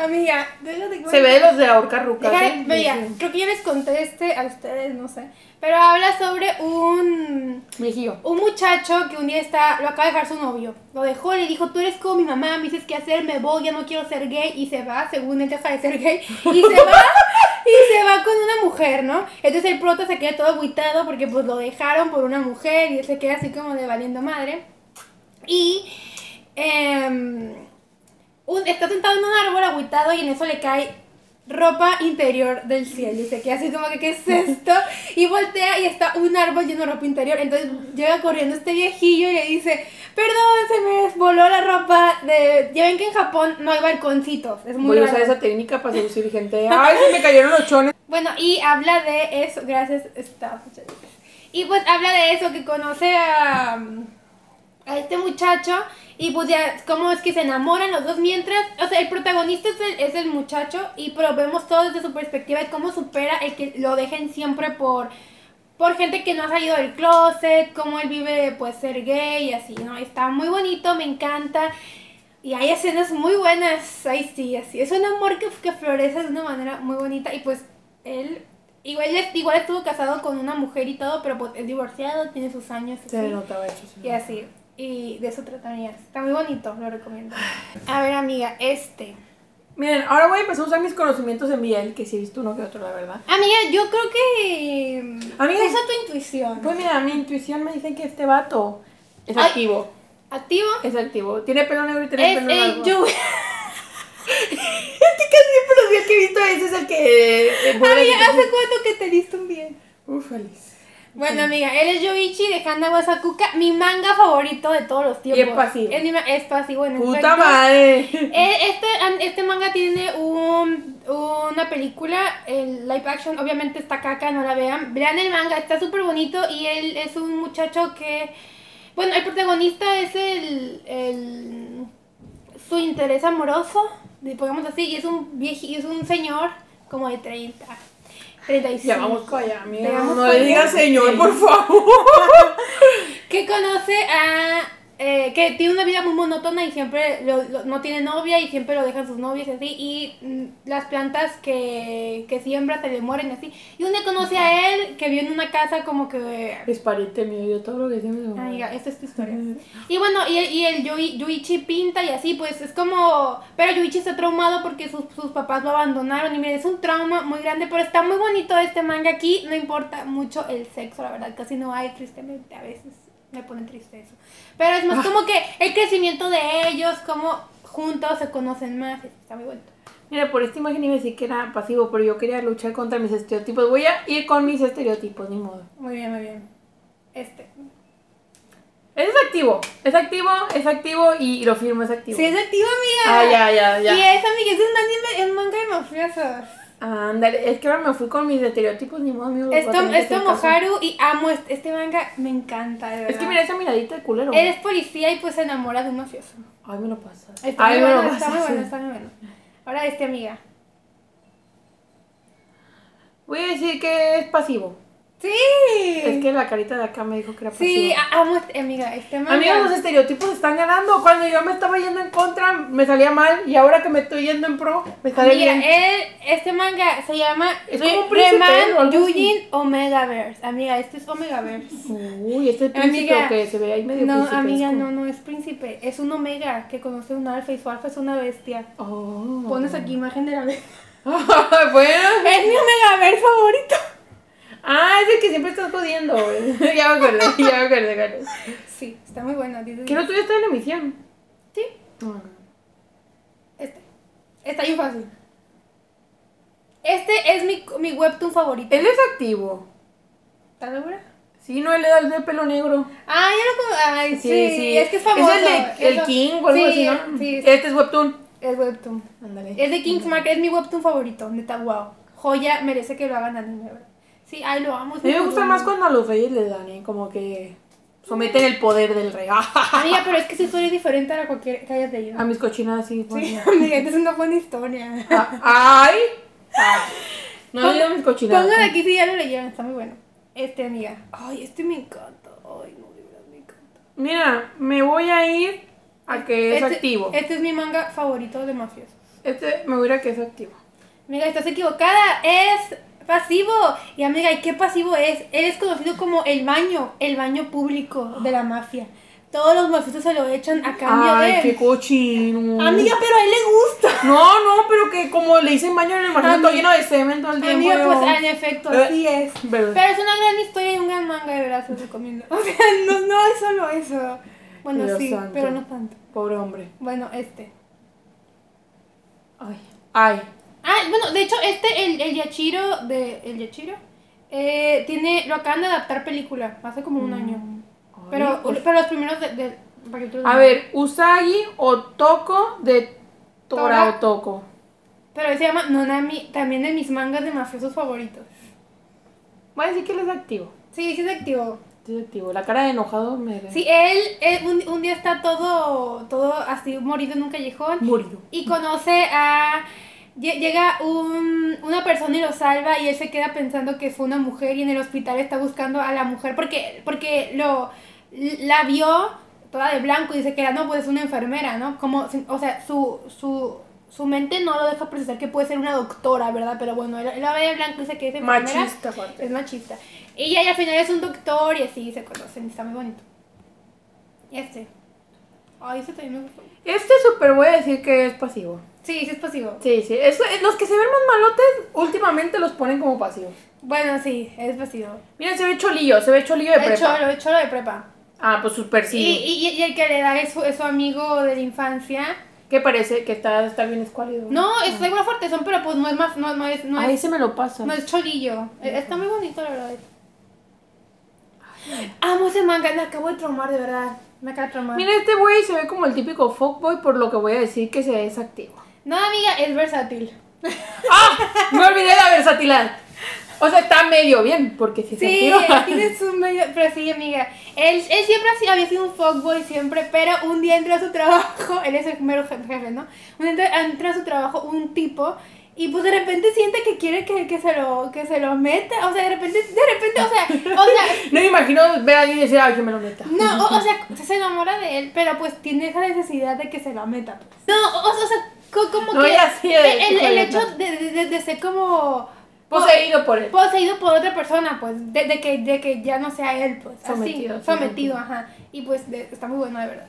Amiga, déjate
se ve de los de ahorcar rucas.
Deja-
¿eh?
Mira,
Sí, sí.
creo que ya les conté este a ustedes, no sé. Pero habla sobre un.
Viejillo.
Un muchacho que un día está, lo acaba de dejar su novio. Lo dejó, le dijo, tú eres como mi mamá, me dices qué hacer, me voy, ya no quiero ser gay. Y se va, según él deja de ser gay. Y se va, y se va con una mujer, ¿no? Entonces el prota se queda todo agüitado porque pues lo dejaron por una mujer y él se queda así como de valiendo madre. Y em, un- está sentado en un árbol agüitado y en eso le cae ropa interior del cielo. Y se queda así como que, ¿qué es esto? Y voltea y está un árbol lleno de ropa interior. Entonces llega corriendo este viejillo y le dice, perdón, se me desvoló la ropa de... Ya ven que en Japón no hay balconcitos. Es muy
Voy a usar
raro.
esa técnica para seducir gente. Ay, se me cayeron los chones.
Bueno, y habla de eso, gracias, está, muchas gracias. Y pues habla de eso, que conoce a, mm, a este muchacho y pues ya, cómo es que se enamoran los dos mientras, o sea, el protagonista es el, es el muchacho y pero vemos todo desde su perspectiva de cómo supera el que lo dejen siempre por por gente que no ha salido del closet, cómo él vive pues ser gay y así, ¿no? Está muy bonito, me encanta. Y hay escenas muy buenas, ay sí, así. Es un amor que, que florece de una manera muy bonita y pues él igual, es- igual estuvo casado con una mujer y todo, pero pues es divorciado, tiene sus años.
Se
así.
le notaba eso. se le
Y así. Y de eso trataría. Está muy bonito, lo recomiendo. A ver, amiga, este.
Miren, ahora voy a empezar a usar mis conocimientos en Biel, que sí he visto uno que otro, la verdad.
Amiga, yo creo que. mm,
Amiga,
Usa tu intuición.
Pues mira, mi intuición me dice que este vato es
Ay.
activo.
Activo.
Es activo. Tiene pelo negro y tiene
Es
pelo largo.
el Joe.
Es que casi pero el que he visto ese es el que... eh, vuelve
Amiga,
a quitar-
¿hace cuánto que te diste un bien?
Uf, Alice.
Bueno, amiga, él es Yoichi de Hana Wasakuka, mi manga favorito de todos los tiempos.
es pasivo.
Es, mi ma- es pasivo en
Puta
efecto.
madre.
Eh, Este, an- este manga tiene un, una película, el live action, obviamente está caca, no la vean. Vean el manga, está súper bonito y él es un muchacho que... Bueno, el protagonista es el... el- su interés amoroso, digamos así, y es un vieji, es un señor como de 30, 35.
Ya vamos para allá, amiga.
Te
No,
vamos
no
para
le digas
allá.
señor,
Sí.
por favor.
que conoce a... eh, que tiene una vida muy monótona y siempre lo- lo- no tiene novia y siempre lo dejan sus novias y así. Y mm, las plantas que, que siembra se le mueren y así. Y un día conoce a él que vive en una casa como que...
Es pariente mío, yo todo lo que tengo. me lo voy a-
Amiga, Ah, esta es tu historia. Y bueno, y, el- y el Yui- Yuichi pinta y así, pues es como... Pero Yuichi está traumado porque sus, sus papás lo abandonaron. Y mira, es un trauma muy grande, pero está muy bonito este manga aquí. No importa mucho el sexo, la verdad, casi no hay, tristemente, a veces me pone triste eso. Pero es más como que el crecimiento de ellos, como juntos se conocen más, está muy bonito.
Mira, por esta imagen iba a decir que era pasivo, pero yo quería luchar contra mis estereotipos. Voy a ir con mis estereotipos, ni modo.
Muy bien, muy bien. Este.
Es activo, es activo, es activo y, y lo firmo, es activo.
Sí, es activo, amiga.
Ah, ya, ya,
Y
ya.
es, amiga, es un anime, es un manga de mafiosos.
Ándale, es que ahora me fui con mis estereotipos, ni modo, amigo. los voy a
Esto,
tener que
esto
hacer caso.
Moharu y amo este, este manga, me encanta, de verdad.
Es que mira esa miradita de culero.
Él es policía y pues se enamora de un mafioso.
Ay, me lo pasas.
Está
Ay,
muy
me lo
bueno, está muy
pasas.
bueno, está muy bueno. Ahora este amiga.
Voy a decir que es pasivo.
¡Sí!
Es que la carita de acá me dijo que era pasivo.
Sí, a- amo este, amiga, este manga.
Amigos, los estereotipos están ganando. Cuando yo me estaba yendo en contra, me salía mal. Y ahora que me estoy yendo en pro, me sale
Amiga,
bien.
él, este manga se llama
Es
Re-
como un príncipe,
Reman
o algo así.
Yujin Omegaverse. Amiga, este es Omegaverse.
Uy, este príncipe
Amiga,
que se ve ahí medio
No,
príncipe.
amiga, no, no es príncipe. Es un omega que conoce un alfa y su alfa es una bestia.
Oh. Ah,
Pones aquí imagen de la bestia.
bueno.
Es mi Omegaverse favorito.
Ah, es el que siempre estás jodiendo. güey. ya me acordé, ya me acordé. Carlos.
Sí, está muy bueno. dice-
Que no tuyo está en emisión.
Sí,
Ah.
este. Está bien fácil. Este es mi, mi webtoon favorito.
Él es activo.
¿Estás segura?
Sí, no, él era el de pelo negro.
Ah, ya lo conozco. Ay, sí, Es que es famoso.
famoso. Es el, de, el
Eso-
King o algo
sí,
así, ¿no?
Sí, es,
Este es Webtoon.
es webtoon.
Ándale.
Es de King's Mark, es mi webtoon favorito. Neta, wow. Joya, merece que lo hagan anime, ¿verdad? Sí, ay, lo amo. es
A mí me
muy
gusta
bueno.
más cuando a los reyes les dan, ¿eh? Como que someten el poder del rey.
Amiga, pero es que su historia es diferente a la cualquier que hayas leído.
A mis cochinas sí.
Sí,
bueno.
amiga, esta es una buena historia.
Ah, ¡Ay! Ay. No
Pon-
digan mis cochinadas.
Pongan aquí si ya lo leyeron, está muy bueno. Este, amiga. Ay, este me encanta. Ay, no, de verdad, me encanta.
Mira, me voy a ir a que es
Este-
activo.
Este es mi manga favorito de mafiosos.
Este me voy a ir a que es activo.
Amiga, estás equivocada. Es pasivo. Y amiga, ¿y qué pasivo es? Él es conocido como el baño, el baño público de la mafia. Todos los mafiosos se lo echan a cambio
¡Ay,
de
qué
él.
cochino!
Amiga, pero a él le gusta.
No, no, pero que como le dicen baño en el margen,
Amiga.
todo lleno de semen todo el tiempo.
Amiga,
yo-
pues en efecto,
Eh.
así es.
Verdad.
Pero es una gran historia y un gran manga, de verdad, se los recomiendo. O sea, no, no es solo eso. Bueno,
Dios
sí,
santo.
pero no tanto.
Pobre hombre.
Bueno, este.
Ay. Ay.
Ah, bueno, de hecho, este, el, el Yachiro de. ¿El Yachiro? Eh, tiene. Lo acaban de adaptar película, hace como un año.
Mm. Ay,
Pero,
pues.
pero los primeros de, de- capítulos
A
no.
ver, Usagi o Toko de Tora
Tora.
o Toko.
Pero se llama Nonami, también de mis mangas de mafiosos favoritos.
Voy a decir que él es activo.
Sí, sí se activó.
Directivo. La cara de enojado me...
Sí, él, él un, un día está todo, todo así morido en un callejón
Murió.
y conoce a... lle- Llega un, una persona y lo salva y él se queda pensando que fue una mujer y en el hospital está buscando a la mujer porque, porque lo, la vio toda de blanco y dice que era, no, pues es una enfermera, ¿no? Como, si- o sea, su, su, su mente no lo deja procesar que puede ser una doctora, ¿verdad? Pero bueno, él, él la ve de blanco y dice que es enfermera.
Machista, fuerte.
Es machista. Y ella al final es un doctor y así se conocen, está muy bonito. Y este. Ay, ese también me gustó.
Este súper voy a decir que es pasivo.
Sí, sí es pasivo.
Sí, sí. Es, es- los que se ven más malotes, últimamente los ponen como pasivos.
Bueno, sí, es pasivo.
Miren, se ve cholillo, se ve cholillo de
El
prepa.
cholo, el cholo de prepa.
Ah, pues súper sí.
Y, y- y el que le da es su, es su amigo de la infancia.
Que parece que está, está bien escuálido.
No, es de igual fuertezón, pero pues no es más, no, no es, no
Ahí
es,
se me lo pasa.
no es cholillo. Eh, Está muy bonito, la verdad. Amo ese manga, me acabo de traumar, de verdad. Me acabo de traumar.
Mira, este güey se ve como el típico fuckboy, por lo que voy a decir que se desactiva.
No, amiga, es versátil. Ah.
Me olvidé de la versatilidad. O sea, está medio bien, porque si se
Sí,
activa.
tiene su medio. Pero sí, amiga. Él, él siempre ha sido- había sido un fuckboy, siempre. Pero un día entró a su trabajo. Él es el mero je- jefe, ¿no? Un día entra, entra a su trabajo un tipo. Y pues de repente siente que quiere que, que, se lo, que se lo meta. O sea, de repente, de repente, o sea, o sea.
No me imagino ver a alguien y decir, ay, que me lo meta.
No, o, o sea, se enamora de él, pero pues tiene esa necesidad de que se la meta. pues. No, o, o sea, co- como
No,
que
ya sí,
el,
es,
el- el
híjole,
hecho
no.
de, de- de- de ser como
Poseído por él.
poseído por otra persona, pues, de, de que, de que ya no sea él, pues,
Sometido,
así,
sí, sometido.
sometido, ajá, y pues, de- está muy bueno, de verdad,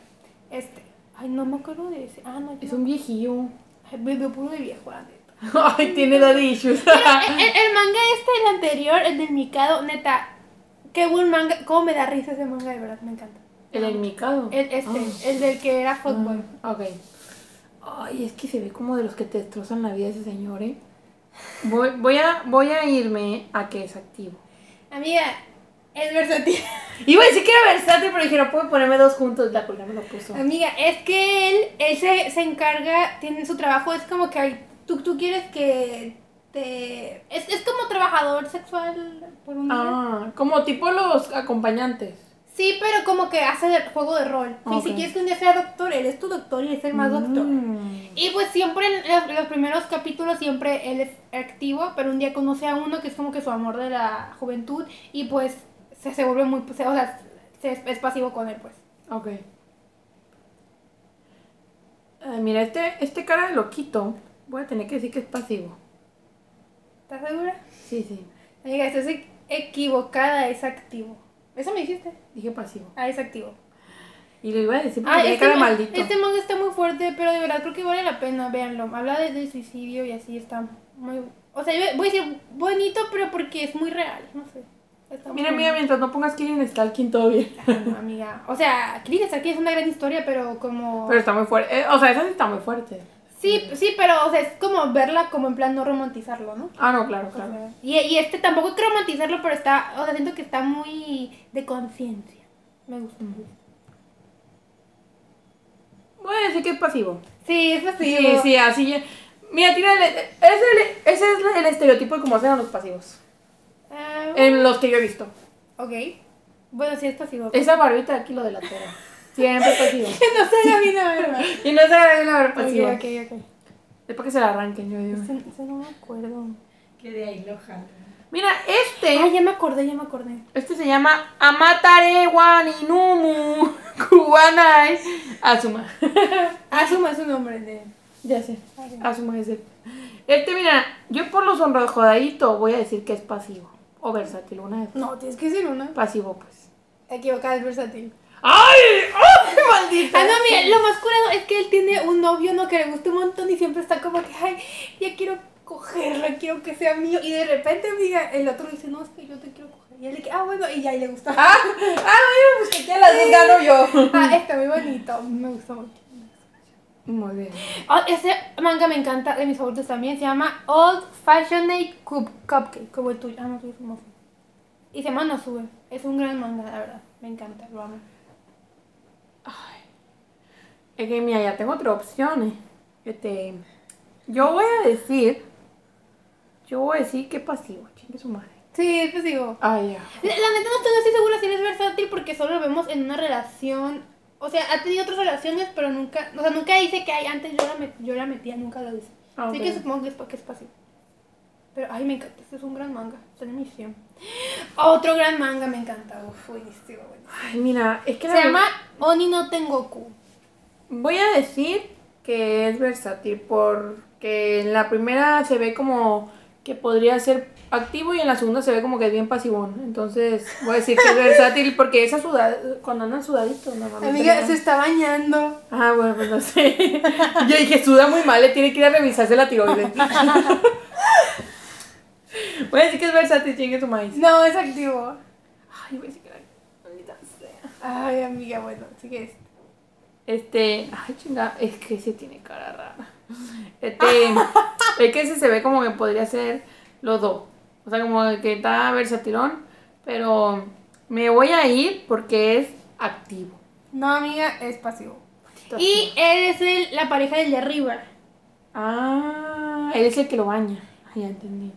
este, ay, no me acuerdo de ese, ah, no, yo
Es
no-
un viejillo.
ay, me veo puro de viejo, la neta.
Ay, tiene daddy issues.
el, el- el manga este, el anterior, el del Mikado, neta, qué buen manga, cómo me da risa ese manga, de verdad, me encanta,
el enmicado.
el, este, el del que era fuckboy,
Ah, ok. Ay, es que se ve como de los que te destrozan la vida ese señor, ¿eh? Voy, voy, a, voy a irme a que es activo. Ah.
amiga, es versátil,
Iba a decir que era versátil, pero dije, no puedo ponerme dos juntos. La colgada me lo puso.
Amiga, es que él, él se, se encarga, tiene su trabajo, es como que ay, tú, tú quieres que te... Es, es como trabajador sexual por un día.
Ah, como tipo los acompañantes.
Sí, pero como que hace de- juego de rol. Y
Ok.
si quieres que un día sea doctor, él es tu doctor y es el más doctor.
Mm.
Y pues siempre en los, los primeros capítulos siempre él es activo, pero un día conoce a uno que es como que su amor de la juventud y pues se, se vuelve muy... se- o sea, se- es pasivo con él pues.
Ok. Ay, mira, este, este cara de loquito, voy a tener que decir que es pasivo.
¿Estás segura?
Sí, sí,
Amiga, estás e- equivocada, es activo. Eso me dijiste.
dije pasivo.
Ah, es activo.
Y lo iba a decir porque
Ah,
tiene
este,
cara de
ma-
maldito.
este manga está muy fuerte, pero de verdad creo que vale la pena, véanlo. Habla de, de suicidio y así está muy... O sea, yo voy a decir bonito, pero porque es muy real, no sé. Está
Mira,
muy
mira, mientras no pongas Killing Stalking, todo bien.
bonito. Ah, no, amiga. O sea, Killing Stalking es una gran historia, pero como...
Pero está muy fuerte. eh, o sea, esa sí está muy fuerte.
Sí, sí, pero o sea, es como verla como en plan no romantizarlo, ¿no?
Ah, no, claro,
O
claro.
sea, y, y este tampoco es que romantizarlo, pero está... O sea, siento que está muy de conciencia. Me gusta.
Voy a decir que es pasivo.
Sí, es así.
Sí, sí, así. ya- Mira, tírale. Ese, es el- ese es el estereotipo de cómo hacen a los pasivos.
Ah,
En los que yo he visto.
ok. Bueno, sí es pasivo.
Esa barbita de aquí lo delatera. Siempre pasivo.
no se haga bien la verdad.
Y no se la deben haber pasivo.
Ok, ok, ok.
Es para que se la arranquen, yo digo.
Ese- ese no me acuerdo.
Que de ahí lo jalan.
Mira, este.
Ah, ya me acordé, ya me acordé.
Este se llama Amatare wa Ninumu Kubanai Azuma.
Asuma su nombre de.
Ah, ya sé. Azuma es el. Este, mira, yo por los sonrojadito voy a decir que es pasivo. O versátil, una vez.
No, tienes que ser una.
Pasivo, pues.
Equivocada, es versátil.
¡Ay! ¡Ay, maldita!
Ah, no, mira, lo más curado es que él tiene un novio no que le gusta un montón y siempre está como que, ay, ya quiero cogerla, quiero que sea mío. Y de repente, amiga, el otro dice, no, es que yo te quiero coger. Y él de que, ah, bueno, y ya, y le gusta. Ah,
pues que te las dos gano yo.
está muy bonito, me gusta mucho.
Muy bien.
Ah, ese manga me encanta, de mis favoritos también, se llama Old Fashioned Cup Cupcake, como el tuyo. Ah, no, tuyo es hermoso. Y se llama No Sube. Es un gran manga, la verdad. Me encanta, lo amo.
Es que, mira, ya tengo otras opciones. Este. Yo voy a decir. Yo voy a decir que pasivo, chingue su madre.
Sí, pues digo.
Ay, ya.
La, la neta no estoy así segura si él es versátil porque solo lo vemos en una relación. O sea, ha tenido otras relaciones, pero nunca. O sea, nunca dice que ay, antes yo la, met- yo la metía, nunca lo dice.
Ah,
Así
ok.
que supongo que es porque es pasivo. Pero ay, me encanta. Este es un gran manga. Está en mi 100. Otro gran manga, me encanta. Uf, buenísimo, bueno.
Ay, mira, es que
Se
la
llama Oni no Tengoku.
Voy a decir que es versátil porque en la primera se ve como que podría ser activo y en la segunda se ve como que es bien pasivón. Entonces voy a decir que es versátil porque esa sudad, cuando andan sudaditos normalmente.
Amiga,
¿no?
se está bañando.
Ah, bueno, pues no sé. Yo dije, suda muy mal, le tiene que ir a revisarse la tiroides. voy a decir que es versátil, chingue tu maíz.
No, es activo.
Ay, voy a decir que la- maldita sea.
Ay, amiga, bueno, así que es.
Este, ay chinga, es que ese tiene cara rara. Este, es que ese se ve como que podría ser los dos. O sea, como que está versatilón, pero me voy a ir porque es activo.
No, amiga, es pasivo. Y él es el- la pareja del de arriba.
ah, él es el que lo baña. Ay, ya entendí.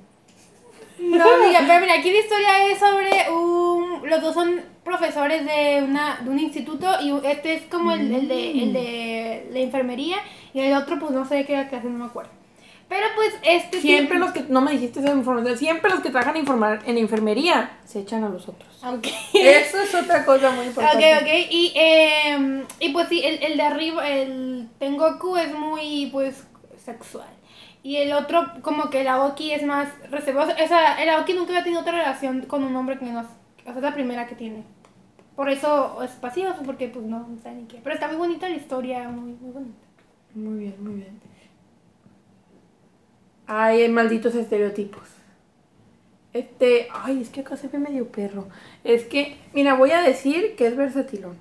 No, amiga, pero mira, aquí la historia es sobre un... Los dos son profesores de, una, de un instituto y u- este es como el, el de, el de la enfermería y el otro pues no sé qué era que hace, no me acuerdo. Pero pues este...
Siempre
tiene-
los que, no me dijiste esa información, siempre los que trabajan informar, en enfermería se echan a los otros.
Ok,
Eso es otra cosa muy
ok,
importante.
ok. Y, em, y pues sí, el, el de arriba, el Tengoku es muy pues sexual. Y el otro, como que el Aoki es más reservado. O sea, el Aoki nunca había tenido otra relación con un hombre que no... es- O sea, es la primera que tiene. Por eso es pasivo, porque pues no, no sabe ni qué. Pero está muy bonita la historia, muy, muy bonita.
Muy bien, muy bien. Ay, malditos estereotipos. Este, ay, es que acá se ve medio perro. Es que, mira, voy a decir que es versatilón.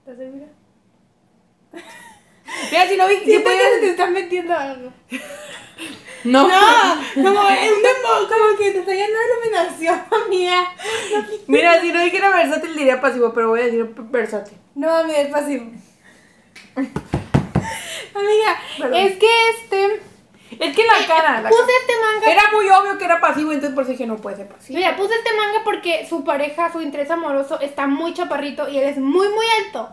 ¿Estás segura?
Mira, si no vi, si
Siento que
puedes-
se te están metiendo algo.
No.
como es un demo, como que te está llenando de iluminación, amiga.
Mira, si no dijera versátil diría pasivo, pero voy a decir p- versátil.
No, amiga, es pasivo. Amiga,
Perdón.
es que este.
Es que la cara, la
Puse
cara.
este manga.
Era muy obvio que era pasivo, entonces por eso dije no puede ser pasivo.
Mira, puse este manga porque su pareja, su interés amoroso, está muy chaparrito y él es muy, muy alto.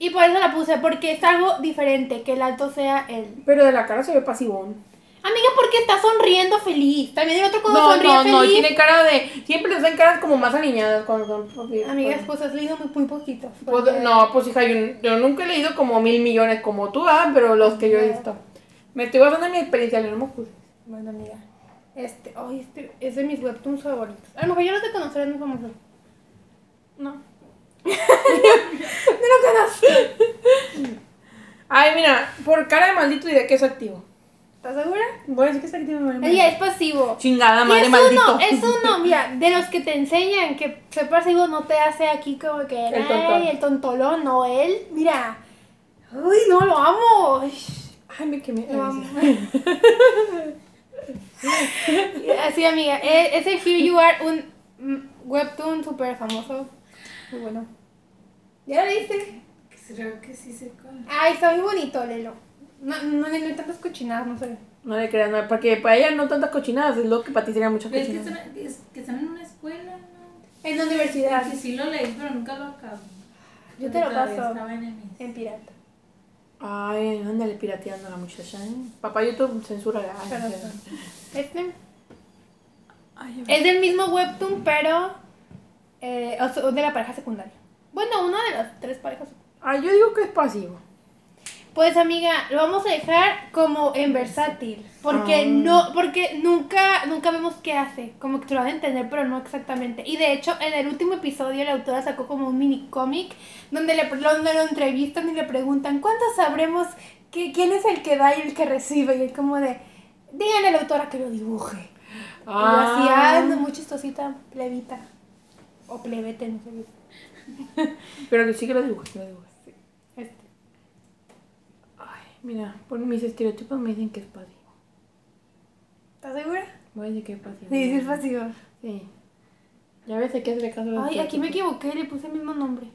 Y por eso la puse, porque es algo diferente que el alto sea él.
Pero de la cara se ve pasivón.
Amiga, porque está sonriendo feliz. También el otro cuando
No,
sonríe
no,
feliz.
no, tiene cara de. Siempre les dan caras como más alineadas cuando son.
Amigas, pues has leído muy, muy poquitos.
Pues,
porque-
no, pues hija, yo, yo nunca he leído como mil millones como tú, ah, pero los que yo he visto. Me estoy basando en mi experiencia, no me juzgues.
Bueno, amiga. Este, ay, este es de mis webtoons favoritos. A lo mejor yo los de conocer, es muy famoso.
No. Ay, mira, por cara de maldito diré que es activo.
¿Estás segura?
Voy a decir que es activo. madre mía.
Ella es pasivo.
Chingada
Y
madre
es
maldito.
uno, es uno, mira, de los que te enseñan que ser pasivo no te hace aquí como que
El
"Ay,
tontón".
el tontolón o él, mira. Uy, no lo amo. Ay,
Ay, me quemé.
Lo amo. Así, amiga, e- ese Here You Are, un mm, webtoon súper famoso. Muy bueno. ¿Ya lo leíste?
Creo que sí sé cuál.
Ay, está muy bonito, Lelo. No, no, no hay tantas cochinadas, no sé.
No le creas, no, porque para ella no tantas cochinadas, es lo que para ti sería muchas
Pero es que están,
cochinadas.
es que están en una escuela, ¿no?
En la universidad,
Que sí lo leí, pero nunca lo acabé.
Yo te lo
Todavía
paso.
Estaba en mis-
Eh.
en pirata.
Ay, ándale pirateando a la muchacha. ¿eh? Papá YouTube censura la.
Perdón. Este.
Ay,
Es del mismo webtoon, pero eh, o sea, de la pareja secundaria. Bueno, una de las tres parejas.
Ay, yo digo que es pasivo.
Pues amiga, lo vamos a dejar como en versátil, porque
Ah.
no, porque nunca, nunca vemos qué hace, como que te lo vas a entender, pero no exactamente. Y de hecho, en el último episodio la autora sacó como un mini cómic donde le pre- donde lo entrevistan y le preguntan cuándo sabremos que, quién es el que da y el que recibe y él como de, díganle a la autora que lo dibuje. Y yo así, ah, no, muy chistosita, plebita. O plebete, no sé.
Pero que sí que lo dibujas, que lo dibujas.
Este.
Ay, mira, por mis estereotipos me dicen que es pasivo.
¿Estás segura?
Voy a decir que es pasivo.
Sí, sí, es pasivo.
Sí. Ya ves, hay que hacerle caso a los
Ay, aquí me
estereotipos.
equivoqué, le puse el mismo nombre.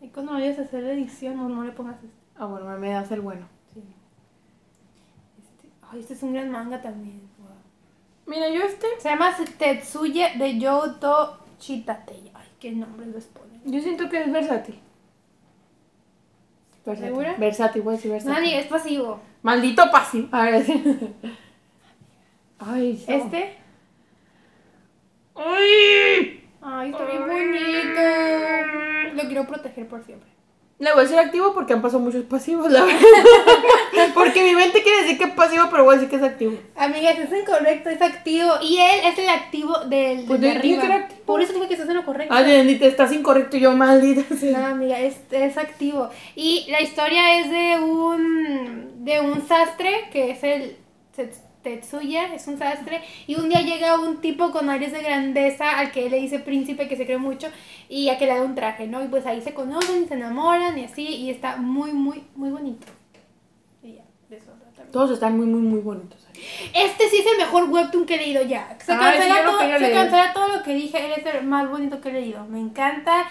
Y cuando vayas a hacer la edición, no, no le pongas este.
Ah, bueno, me das el bueno.
Sí. Este. Ay, este es un gran manga también. Wow.
Mira, yo este.
Se llama Tetsuya de Yoto Chitatei. Ay, qué nombre les ponen.
Yo siento que es versátil. Versátil.
¿Segura?
Versátil, voy a decir versátil.
Nani, es pasivo.
Maldito pasivo. A ver. sí. Ay, no.
Este.
¡Ay!
Ay, está bien bonito. Lo quiero proteger por siempre.
Le voy a decir activo porque han pasado muchos pasivos, la verdad. porque mi mente quiere decir que es pasivo, pero voy a decir que es activo.
Amigas, es incorrecto, es activo. Y él es el activo del
Pues
de
yo dije
arriba.
que era activo.
Por eso dije que estás en lo correcto.
Ay, bendita, estás incorrecto, yo maldita.
No, amiga, es, es activo. Y la historia es de un de un sastre que es el Tets- Tetsuya, es un sastre. Y un día llega un tipo con aires de grandeza al que él le dice príncipe, que se cree mucho, y a que le da un traje, ¿no? Y pues ahí se conocen, se enamoran y así, y está muy, muy, muy bonito. Y ya, de eso trata.
Todos están muy, muy, muy bonitos.
Este sí es el mejor webtoon que he leído ya. Se
Ay,
cancela,
sí, yo lo
todo,
quería
se
leer.
cancela todo lo que dije. Él es el más bonito que he leído. Me encanta.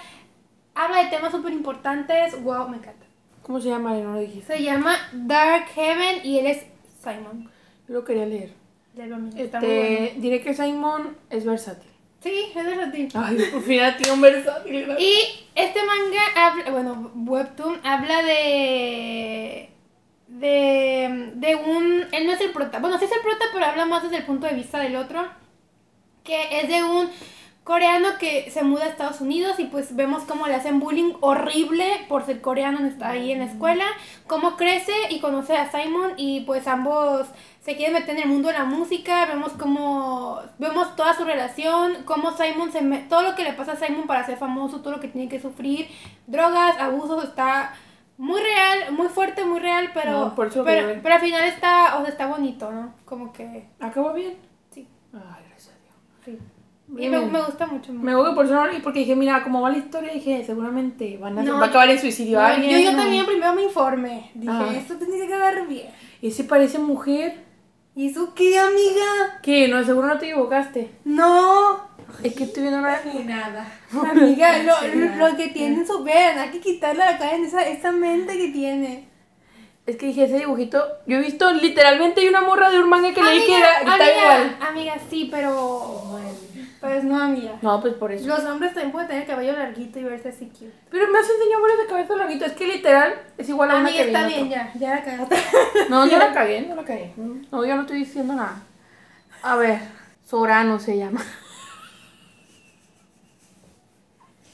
Habla de temas súper importantes. Wow, me encanta.
¿Cómo se llama? No lo dijiste.
Se llama Dark Heaven y él es Simon.
Yo lo quería leer.
Léelo, amiga, Está muy bueno.
Este, diré que Simon es versátil.
Sí, es de ti.
Ay, por fin a ti un versátil. ¿verdad?
Y este manga habla, bueno, webtoon habla de de de un él no es el prota, bueno, sí es el prota, pero habla más desde el punto de vista del otro, que es de un coreano que se muda a Estados Unidos y pues vemos cómo le hacen bullying horrible por ser coreano, está ahí en la escuela, cómo crece y conoce a Simon y pues ambos se quieren meter en el mundo de la música, vemos cómo, vemos toda su relación, cómo Simon se, me- todo lo que le pasa a Simon para ser famoso, todo lo que tiene que sufrir, drogas, abusos, está muy real, muy fuerte, muy real, pero,
No, por eso que
pero,
yo-
pero al final está, o sea, está bonito, ¿no? Como que,
¿Acabó bien?
Sí.
Ay, gracias a Dios.
sí. Y
Bien.
me, me gusta mucho.
Me voy por sonar y porque dije, mira, como va la historia, dije, seguramente van a
No.
va a acabar en suicidio.
No,
alguien,
yo, yo
o-
también primero me informé. Dije,
Ah.
esto tiene que quedar bien.
¿Y si parece mujer?
¿Y eso qué, amiga?
¿Qué? No, seguro no te equivocaste.
No.
Es que estoy viendo una...
Nada.
Amiga, lo, lo- lo que tiene en su vean, hay que quitarle a la cara en esa, esa mente que tiene.
Es que dije, ese dibujito... Yo he visto literalmente hay una morra de un manga que leí que era... que está igual.
amiga, amiga, sí, pero. Pues no, amiga.
No, pues por eso.
Los hombres también pueden tener cabello larguito y verse así cute.
Pero me has enseñado varios de cabeza larguito. Es que literal es igual a una
Amiga,
que vi en
está
otro.
bien, ya, ya Mm. la cagaste.
No, no la cagué, no la cagué. No, yo no estoy diciendo nada. A ver, Sorano se llama.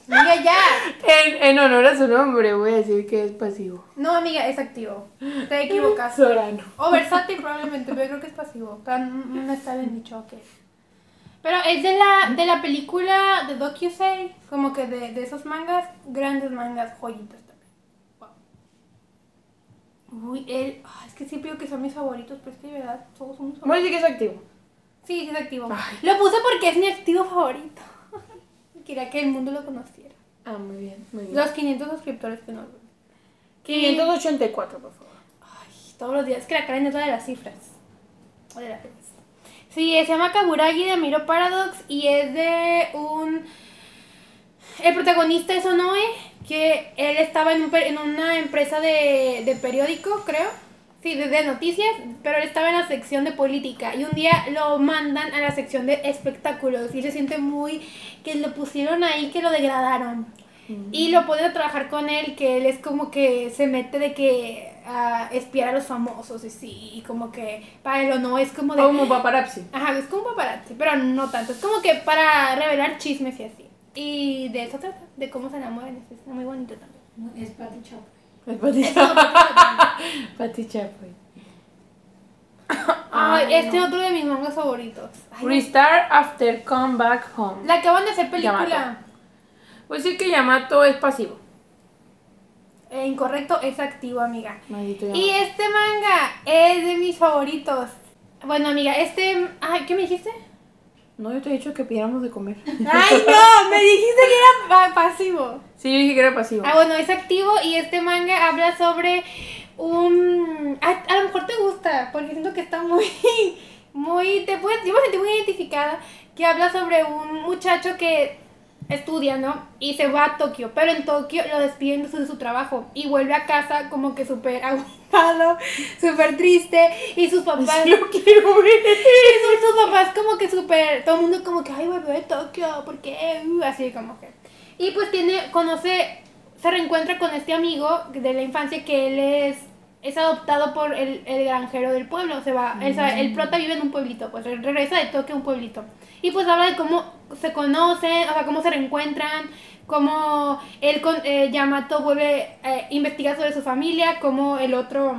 Amiga, ya.
En, en honor a su nombre voy a decir que es pasivo.
No, amiga, es activo. Te equivocas.
Sorano.
O versátil probablemente, pero yo creo que es pasivo. Pero no no está bien dicho, ok. Pero es de la, de la película de DocuSay, como que de, de esos mangas, grandes mangas, joyitas también. Wow. Uy, él, ah, es que siempre digo que son mis favoritos, pero es que de verdad todos son mis
Voy a
favoritos.
decir que es activo.
Sí, sí es activo.
Ay.
Lo puse porque es mi activo favorito. Quería que el mundo lo conociera.
Ah, muy bien, muy bien.
Los 500 suscriptores que no
584, por favor.
Todos los días. Es que la Karen es la de las cifras. O de las cifras. Sí, eh, se llama Kaburagi de Miro Paradox y es de un... El protagonista es Onoe, que él estaba en, un per- en una empresa de, de periódico, creo. Sí, de, de noticias, pero él estaba en la sección de política y un día lo mandan a la sección de espectáculos y se siente muy que lo pusieron ahí, que lo degradaron. Y lo pueden trabajar con él, que él es como que se mete de que a espiar a los famosos y sí, y como que para él o no, es como de...
Como paparazzi.
Ajá, es como paparazzi, pero no tanto, es como que para revelar chismes y así. Y de eso trata, de cómo se enamoran, eso está muy bonito también. Este
Es Pati Chapoy.
Es Pati
Es todo bonito.
Pati Chapoy.
Ay,
Ay,
este otro de mis mangas favoritos. Ay,
Restart after come back home.
la acaban de hacer película.
Yamato. Voy a decir que Yamato es pasivo.
Eh, incorrecto, es activo, amiga.
Maldito
Y
Yamato.
este manga es de mis favoritos. Bueno, amiga, este... Ay, ¿qué me dijiste?
No, yo te he dicho que pidiéramos de comer.
¡Ay, no! Me dijiste que era pa- pasivo.
Sí, yo dije que era pasivo.
Ah, bueno, es activo y este manga habla sobre un... A, a lo mejor te gusta, porque siento que está muy... Muy... Te puedes, yo me sentí muy identificada, que habla sobre un muchacho que estudia, ¿no? Y se va a Tokio, pero en Tokio lo despiden de su, de su trabajo y vuelve a casa como que súper agotado, súper triste y sus papás...
Yo Pues quiero ver.
Y son sus papás como que súper, todo el mundo como que, ay, volvió de Tokio, ¿por qué? Uh, así como que. Y pues tiene, conoce, se reencuentra con este amigo de la infancia que él es, es adoptado por el, el granjero del pueblo, se va, él sabe- el prota vive en un pueblito, pues re- regresa de Tokio a un pueblito. Y pues habla de cómo se conocen, o sea, cómo se reencuentran, cómo él con eh, Yamato vuelve, eh, investiga sobre su familia, cómo el otro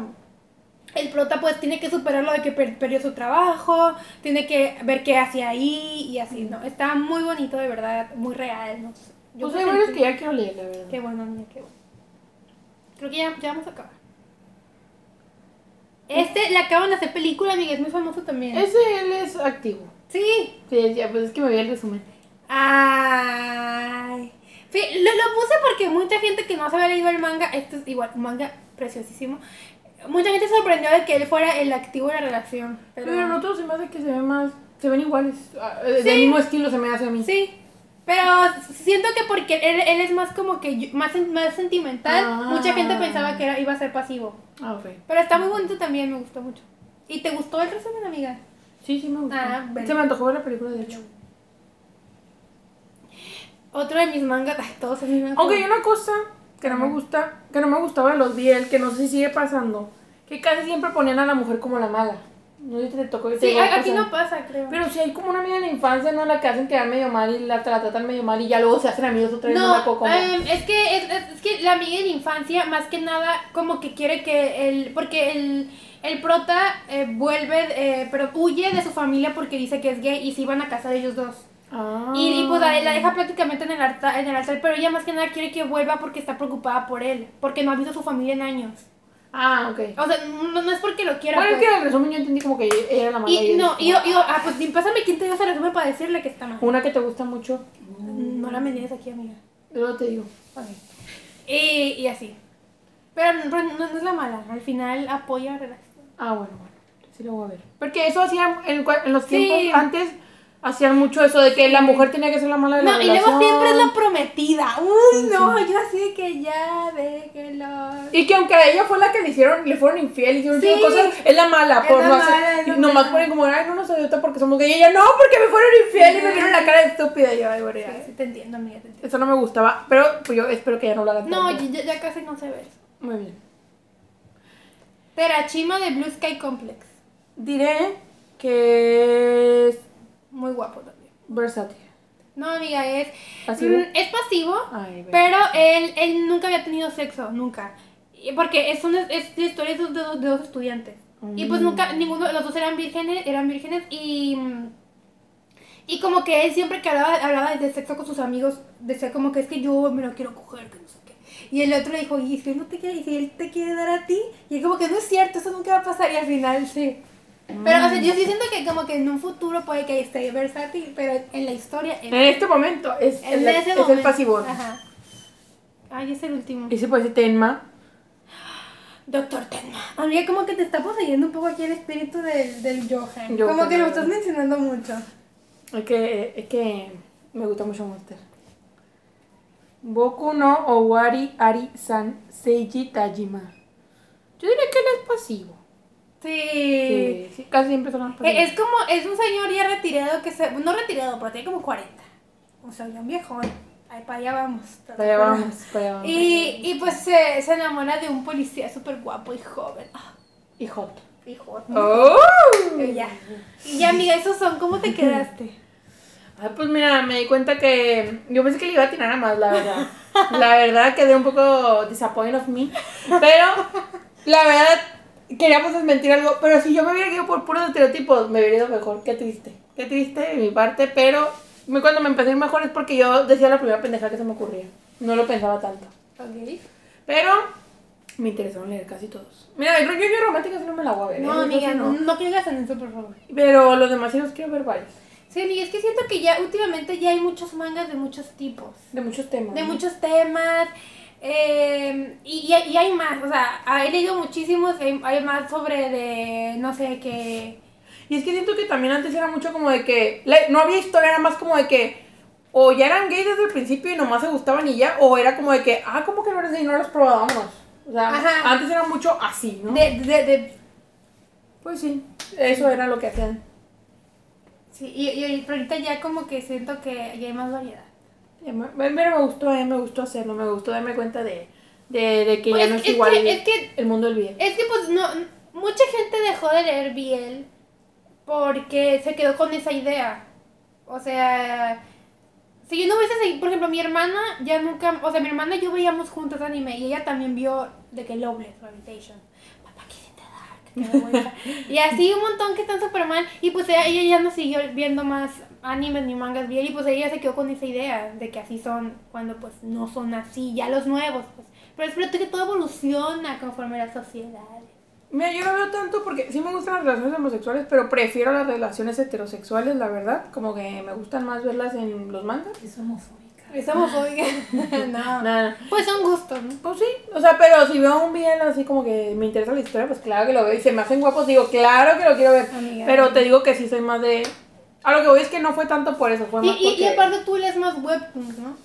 el prota pues tiene que superar lo de que per- perdió su trabajo, tiene que ver qué hacía ahí y así, ¿no? Está muy bonito, de verdad, muy real, ¿no? Yo
Pues hay
me
varios
sentí-
que ya quiero leer, la verdad.
Qué bueno, mira, qué bueno. Creo que ya, ya vamos a acabar. Este le acaban de hacer película, amiga, es muy famoso también.
Ese él es activo.
Sí.
Sí, ya, pues es que me vi el resumen.
Ay. Sí, lo, lo puse porque mucha gente que no se había leído el manga, este es igual, un manga preciosísimo. Mucha gente se sorprendió de que él fuera el activo de la relación. Pero,
Pero el otro se me hace que se ven más. Se ven iguales. ah, eh, Del mismo estilo se me hace a mí.
Sí. Pero siento que porque él, él es más como que yo- más, sen- más sentimental,
Ah.
mucha gente pensaba que era, iba a ser pasivo.
Ah, ok.
Pero está muy bonito también, me gustó mucho. ¿Y te gustó el resumen, amiga?
Sí, sí me gustó.
Ah, bueno.
Se me antojó ver la película, de hecho.
Otro de mis mangas, ay, todos a mí me
Aunque hay una cosa que no me gusta, que no me gustaba de los Biel, que no sé si sigue pasando, que casi siempre ponían a la mujer como la mala. No sé si te tocó. te
Sí,
llegó a
a- aquí
pasar.
no pasa, creo.
Pero si hay como una amiga de la infancia, ¿no? La que hacen quedar medio mal y la, la tratan medio mal y ya luego se hacen amigos otra vez. No, me acuerdo cómo.
em, es que es, es- es que la amiga de la infancia, más que nada, como que quiere que el. Porque el, el prota eh, vuelve, eh, pero huye de su familia porque dice que es gay y se iban a casar ellos dos.
Ah.
Y, y, pues la, la deja prácticamente en el, alta- en el altar, pero ella más que nada quiere que vuelva porque está preocupada por él, porque no ha visto a su familia en años.
Ah, ok.
O sea, no, no es porque lo quiera.
Bueno, es
pues.
que en el resumen yo entendí como que ella era la mala.
Y
él
no,
es
y yo,
como-
y yo, ah, pues di- pásame quién te dio ese resumen para decirle que está mal.
Una que te gusta mucho,
No la me tienes aquí, amiga.
luego te digo.
Y, y así. Pero, no- no, no es la mala, al final apoya la relación.
Ah, bueno, bueno. Sí lo voy a ver. Porque eso hacían en, cua- en los
Sí.
tiempos antes, hacían mucho eso de que la mujer tenía que ser la mala de la
No, y luego
relación.
siempre es la prometida. Uy,
Sí,
no, yo así de que ya, déjelo.
Y que aunque a ella fue la que le hicieron, le fueron infiel, hicieron
Sí.
chingo de cosas, es la mala,
Es
por
la
no hacer-
mala, es
y
la
nomás
mala.
ponen como, ay, no nos adopta porque somos gay. Y ella, no, porque me fueron infiel y me vieron la cara de estúpida. Y yo, ay, bueno, ya.
Sí, te entiendo, amiga, te entiendo.
Eso no me gustaba, pero pues, yo espero que ya no lo hagan.
No,
tanto.
ya, ya casi no se ve eso.
Muy bien.
Terachima de Blue Sky Complex.
Diré que es
Muy guapo también.
versátil.
No, amiga, es.
¿Pasivo?
mm, es pasivo,
Ay, ve.
pero él, él nunca había tenido sexo, nunca. Y Porque es una es la historia de dos, de dos- de dos estudiantes. Y pues
Mm.
nunca, ninguno, los dos eran vírgenes, eran vírgenes y. mm, Y como que él siempre que hablaba, hablaba de sexo con sus amigos, decía como que es que yo me lo quiero coger, que no sé qué. Y el otro le dijo, y si él no te quiere, y si él te quiere dar a ti, y él como que no es cierto, eso nunca va a pasar, y al final sí. Pero o sea, yo sí siento que como que en un futuro puede que esté versátil, pero en la historia
En este momento es,
en
la-
ese
es el
momento.
pasivo.
Ajá. Ay, es el último.
Y se puede decir Tenma.
Doctor Tenma. Amiga, como que te está poseyendo un poco aquí el espíritu del, del Johan.
Yo
como
creo
que lo
que-
estás mencionando mucho.
Es que, es que me gusta mucho Monster. Boku no Owari Ari San Seiji Tajima. Yo diría que él es pasivo. Eh,
Sí.
Sí, sí, casi siempre son los pasivos.
E- Es como, es un señor ya retirado que se. No retirado, pero tiene como 40. O sea, ya un viejón. Ahí para allá vamos.
Para allá vamos, para allá vamos.
Y, y pues se, se enamora de un policía súper guapo y joven. Ah,
Y Hot.
y joven.
¡Oh!
Y ya. Y ya, amiga, esos son. ¿Cómo te quedaste?
Ay, pues mira, me di cuenta que yo pensé que le iba a atinar a más, la verdad. La verdad quedé un poco disappointed of me. Pero, la verdad, queríamos desmentir algo. Pero si yo me hubiera ido por puros estereotipos, me hubiera ido mejor. Qué triste. Qué triste de mi parte. Pero me- cuando me empecé a ir mejor es porque yo decía la primera pendeja que se me ocurría. No lo pensaba tanto.
Ok.
Pero me interesaron leer casi todos. Mira, yo creo que yo romántica sí no me la voy a ver. ¿eh?
No,
Eso
amiga,
sí
no, no caigas en eso, por favor.
Pero los demás sí los quiero ver varios.
Sí, amiga, es que siento que ya últimamente ya hay muchos mangas de muchos tipos,
De muchos temas.
de
¿no?
muchos temas, eh, y, y- y hay más, o sea, ah, he leído muchísimos, hay, hay más sobre de, no sé, que...
Y es que siento que también antes era mucho como de que. la- no había historia, era más como de que. o ya eran gays desde el principio y nomás se gustaban y ya, o era como de que, ah, ¿cómo que no eres gay? No los probábamos. O sea,
Ajá.
antes era mucho así, ¿no?
De, de, de-
Pues sí, eso era lo que hacían.
sí, y, y pero ahorita ya como que siento que ya hay más variedad.
Ya me- Pero me gustó, eh, me gustó hacerlo, me gustó darme cuenta de, de, de que
Pues
ya no es,
que-
igual el,
es que
el mundo del bien.
Es que pues no, mucha gente dejó de leer Biel porque se quedó con esa idea. O sea, si yo no hubiese seguido, por ejemplo, mi hermana ya nunca, o sea, mi hermana y yo veíamos juntas anime y ella también vio de que Loveless Gravitation. Papá, ¿qué es este dark? Qué vergüenza. y así un montón que están súper mal y pues ella, ella ya no siguió viendo más animes ni mangas Biel y pues ella se quedó con esa idea de que así son cuando pues no son así, ya los nuevos pues pero es verdad que todo evoluciona conforme la sociedad.
Mira, yo no veo tanto porque sí me gustan las relaciones homosexuales, pero prefiero las relaciones heterosexuales, la verdad. Como que me gustan más verlas en los mangas.
Es homofóbica.
Es homofóbica. no.
Nada.
Ah. Pues son gustos, ¿no?
Pues sí, o sea, pero si veo un bien así como que me interesa la historia, pues claro que lo veo. Y se me hacen guapos, digo, claro que lo quiero ver.
Amiga.
Pero te digo que sí soy más de... A lo que voy es que no fue tanto por eso, fue
Y,
más
y, y
porque-
aparte tú lees más webtoons, ¿no?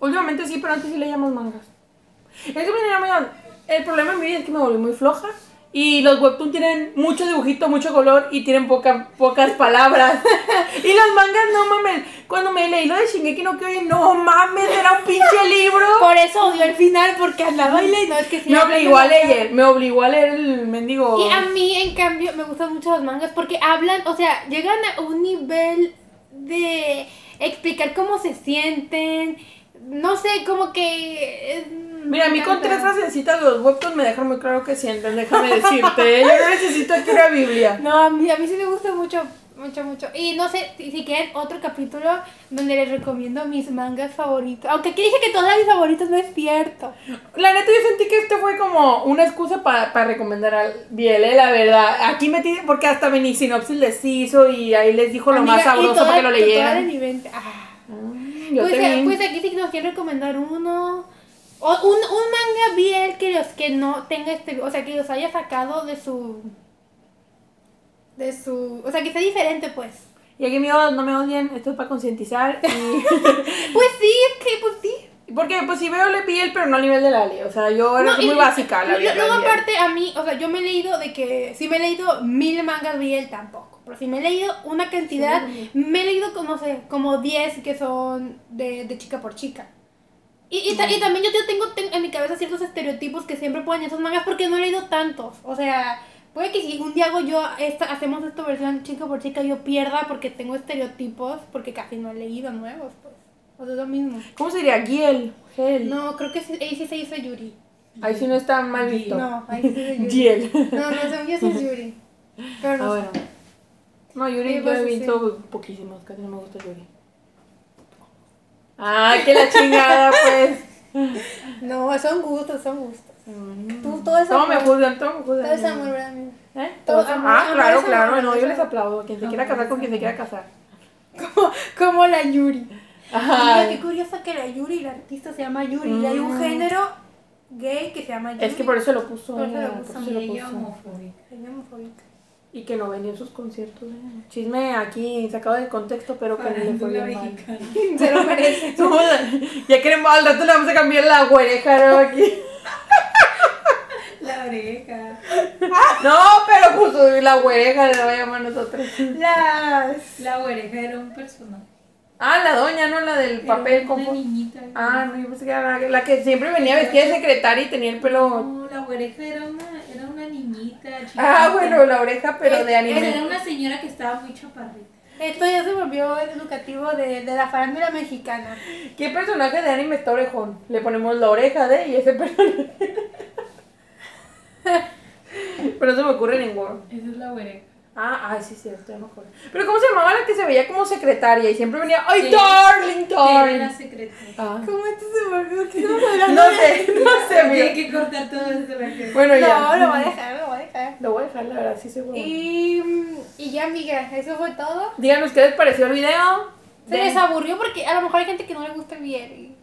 Últimamente sí, pero antes sí leíamos mangas. Es que me tenía muy- El problema en mi vida es que me volví muy floja. Y los webtoons tienen mucho dibujito, mucho color y tienen poca- pocas palabras. y los mangas, no mames. Cuando me leí lo de Shingeki no Kyojin, no mames, era un pinche libro.
Por eso odio el final, porque andaba y le... No, es que sí,
Me
andaba y
obligó a
leía.
leer, me obligó a leer el mendigo.
Y a mí, en cambio, me gustan mucho los mangas porque hablan, o sea, llegan a un nivel de explicar cómo se sienten, no sé, como que... eh,
Mira, a mí
me
con tres
encanta.
frasecitas de los webtoons me dejan muy claro que sienten, déjame decirte. ¿eh? Yo no necesito aquí una Biblia.
No, a mí, a mí sí me gusta mucho, mucho, mucho. Y no sé si, si quieren otro capítulo donde les recomiendo mis mangas favoritos. Aunque aquí dije que todos mis favoritos no es cierto.
La neta, yo sentí que este fue como una excusa para recomendar al Biel, eh, la verdad. Aquí metí, porque hasta mini sinopsis les hizo y ahí les dijo lo
Amiga,
más
y
sabroso
toda-
para que lo
toda de
leyeran.
nivel- ah.
Mm, yo
Pues, eh,
también.
pues aquí sí que nos quieren recomendar uno. O un, un manga bien que los que no tenga este. O sea, que los haya sacado de su. De su. O sea, que sea diferente, pues.
Y aquí, amigos, no me odien, esto es para concientizar. Y...
Pues sí, es que, pues sí.
porque, pues sí veo le Biel, pero no a nivel de Lali. O sea, yo era
No, y-
muy básica, la
y- y
verdad.
Luego,
Biel.
aparte, a mí, o sea, yo me he leído de que. Si me he leído mil mangas Biel tampoco. Pero si me he leído una cantidad. me he leído, como, no sé, como 10 que son de, de chica por chica. Y, y, ta- y también yo, yo tengo ten- en mi cabeza ciertos estereotipos que siempre ponen esos mangas porque no he leído tantos. O sea. Puede que si un día hago yo esta, hacemos esta versión chica por chica yo pierda porque tengo estereotipos porque casi no he leído nuevos, pues. O sea, es lo mismo.
¿Cómo sería? Giel, Gel.
No, creo que sí- ahí sí se dice Yuri.
Ahí sí no está mal
Giel.
visto. Ah,
No, ahí sí se dice Yuri.
Giel.
No, no, según yo sí es Yuri. Pero
Ah,
no
bueno. No, Yuri,
Sí,
yo
pues,
he
sí.
visto poquísimos, casi no me gusta Yuri. Ah, que la chingada, pues.
sé. No, son gustos, son gustos.
Mm.
Tú, todo es
Todo me
amor.
juzgan, todo me juzgan.
Todo es amor, ¿verdad, amigo?
¿Eh?
Todo
Todo
es amor.
Ah,
Amor
claro,
es
claro.
amor,
No, yo
amor.
les aplaudo. Quien se quiera
Amor
casar
es
con quien se quiera casar.
Como, como la Yuri. Mira, qué
Ay,
curioso que la Yuri, la artista, se llama Yuri. Y hay un
Mm.
género gay que se llama Yuri.
es que por eso lo puso.
Por eso lo
eh,
puso,
por eso lo
Ella
puso.
homofóbica.
Soy homofóbica.
Y que no vendió en sus conciertos. eh. Chisme aquí sacado de contexto, pero que no le fue
Farándula
bien mal.
mexicana.
Se lo merece.
Somos la- Ya queremos al rato le vamos a cambiar la oreja ¿no? aquí.
La oreja.
No, pero puso la oreja le va a llamar a nosotros.
Las.
La oreja era un personaje.
Ah, la doña, no la del papel
Era
con
Una niñita.
Ah, no, yo pensé que era la, la que siempre venía vestida de secretaria y tenía el pelo.
No, la oreja era una, era una niñita.
Ah,
chiquita.
bueno, la oreja, pero de
Era
anime.
una señora que estaba muy chaparrita.
Esto ya se volvió educativo de, de la farándula mexicana.
¿Qué personaje de anime está orejón? Le ponemos la oreja de y ese personaje. pero no se me ocurre ninguno.
Esa es la oreja.
Ah, ay, sí, sí, estoy mejor. Pero ¿cómo se llamaba la que se veía como secretaria y siempre venía, ¡ay,
Sí.
darling,
Era la
darling!
secretaria.
Ah.
¿Cómo esto se volvió? ¿Qué estamos hablando?
No sé, no sé,
Tiene
mira.
que cortar todo esto. la gente.
Bueno,
No, lo voy a
ya.
dejar, lo voy a dejar.
Lo voy a dejar, la verdad, sí, seguro.
Y, y ya, amiga, eso fue todo.
Díganos qué les pareció el video.
Se
Den-
les aburrió porque a lo mejor hay gente que no le gusta el bien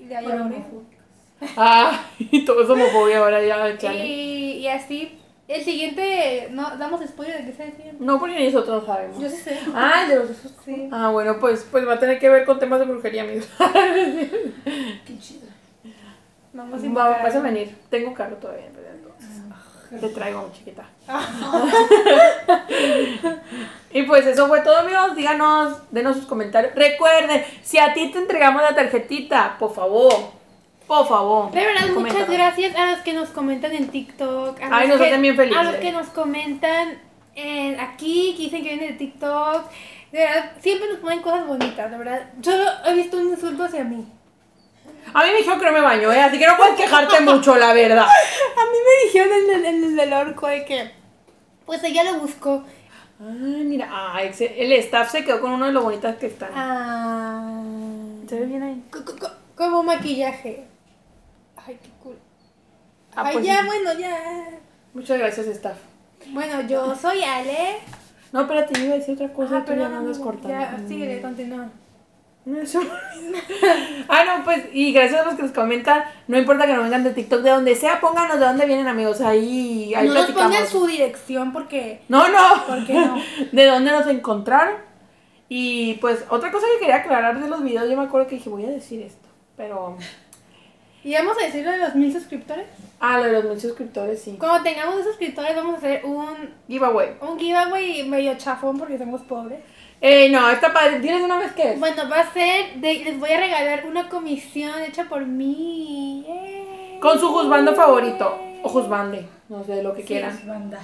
y, y le haya
Por
aburrido.
homofóbica.
Ah, y todo es homofobia ahora ya, chale.
Y, y así, El siguiente, no, damos spoiler de qué se decía.
No, porque nosotros sabemos.
Yo sí sé.
Ah, el de los osos.
Sí.
Ah, bueno, pues, pues va a tener que ver con temas de brujería, amigos.
Qué chido.
Vamos a
Va-
invocar Ah,
vas a
algo.
venir. Tengo carro todavía, en realidad, entonces. Te traigo, chiquita. y pues eso fue todo, amigos. Díganos, denos sus comentarios. Recuerden, si a ti te entregamos la tarjetita, por favor, por favor.
De verdad, muchas
coméntanos.
gracias a los que nos comentan en TikTok. A
Ay,
los
nos
que-
hacen bien felices.
A los que nos comentan en- aquí, que dicen que vienen de TikTok. De verdad, siempre nos ponen cosas bonitas, de verdad. Yo lo- he visto un insulto hacia mí.
A mí me dijeron que no me baño, ¿eh? Así que no puedes quejarte mucho, la verdad.
A mí me dijeron en el, en el del orco de que, pues ella lo buscó.
Ay, mira, ah, ese- el staff se quedó con uno de los bonitas que están.
Ah,
¿Se ve bien ahí?
co- co- co- como maquillaje. Ay, qué cool.
Ah,
Ay,
pues
ya,
sí.
bueno, ya.
Muchas gracias, staff.
Bueno, yo soy Ale.
No, espérate, yo iba a decir otra cosa,
Ah,
pero Pues ya
perdón,
no andas
amigo.
cortando.
Ya, ah, síguele, continúa.
No, se me olvidó. ah, no, pues, y gracias a los que nos comentan, no importa que nos vengan de TikTok, de donde sea, pónganos de dónde vienen, amigos, ahí, ahí
no nos
platicamos.
pongan su dirección porque.
No, no,
Porque no.
de dónde nos encontraron. Y pues, otra cosa que quería aclarar de los videos, yo me acuerdo que dije, voy a decir esto, pero...
Y vamos a decirlo de los mil suscriptores.
Ah, lo de los mil suscriptores, sí.
Cuando tengamos mil suscriptores, vamos a hacer un,
Giveaway.
un giveaway medio chafón porque somos pobres.
Eh, no, está padre, diles de una vez qué es.
Bueno, va a ser. de- les voy a regalar una comisión hecha por mí. ¡Yay!
Con su juzbando favorito, o juzbande, no sé, lo que quieran.
Sí, banda.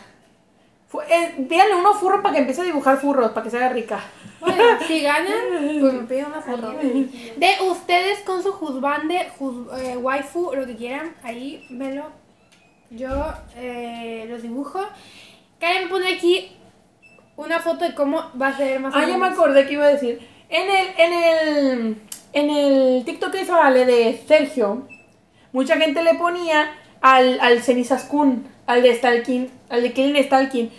Fu- eh, díganle uno furro para que empiece a dibujar furros, para que se haga rica.
Bueno, si ganan, pues me piden una foto. De ustedes con su juzbande, juz, eh, waifu, lo que quieran, ahí velo. Yo eh, los dibujo. Karen pone aquí una foto de cómo va a ser más o
Ah, ya me
menos.
acordé que iba a decir. En el, en el, en el TikTok que hizo Ale de Sergio, mucha gente le ponía al, al Cenizas Kun, al de Stalking, al de Killing Stalking.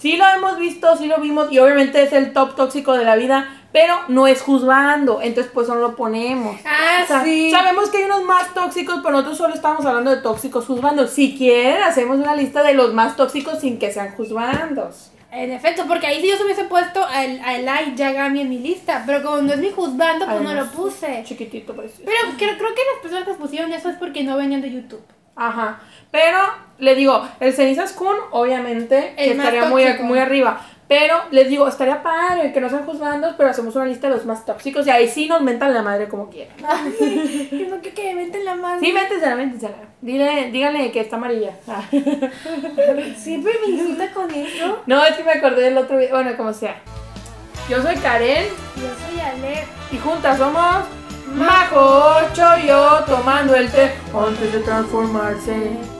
Sí lo hemos visto, sí lo vimos, y obviamente es el top tóxico de la vida, pero no es juzgando, entonces pues no lo ponemos.
Ah,
O sea,
sí.
Sabemos que hay unos más tóxicos, pero nosotros solo estamos hablando de tóxicos juzgando. Si quieren, hacemos una lista de los más tóxicos sin que sean juzgandos.
En efecto, porque ahí sí yo se hubiese puesto al, al Light Yagami en mi lista. Pero como no es mi juzbando, pues no
Además,
lo puse.
Chiquitito, pues. precioso.
Pero creo, creo que las personas que pusieron eso es porque no venían de YouTube.
Ajá. Pero le digo, el cenizas Kun, obviamente,
El
que
más
estaría muy,
tóxico.
muy arriba. Pero les digo, estaría padre que no sean juzgando, pero hacemos una lista de los más tóxicos y ahí sí nos mentan la madre como quieran.
Que no que, que meten la mano.
Sí, métensela, métensela. Dile, díganle que está amarilla. Ah.
Siempre me insulta con eso.
No, es que me acordé del otro video. Bueno, como sea. Yo soy Karen
Yo soy Ale.
y juntas somos Majo Choyo tomando el té antes de transformarse.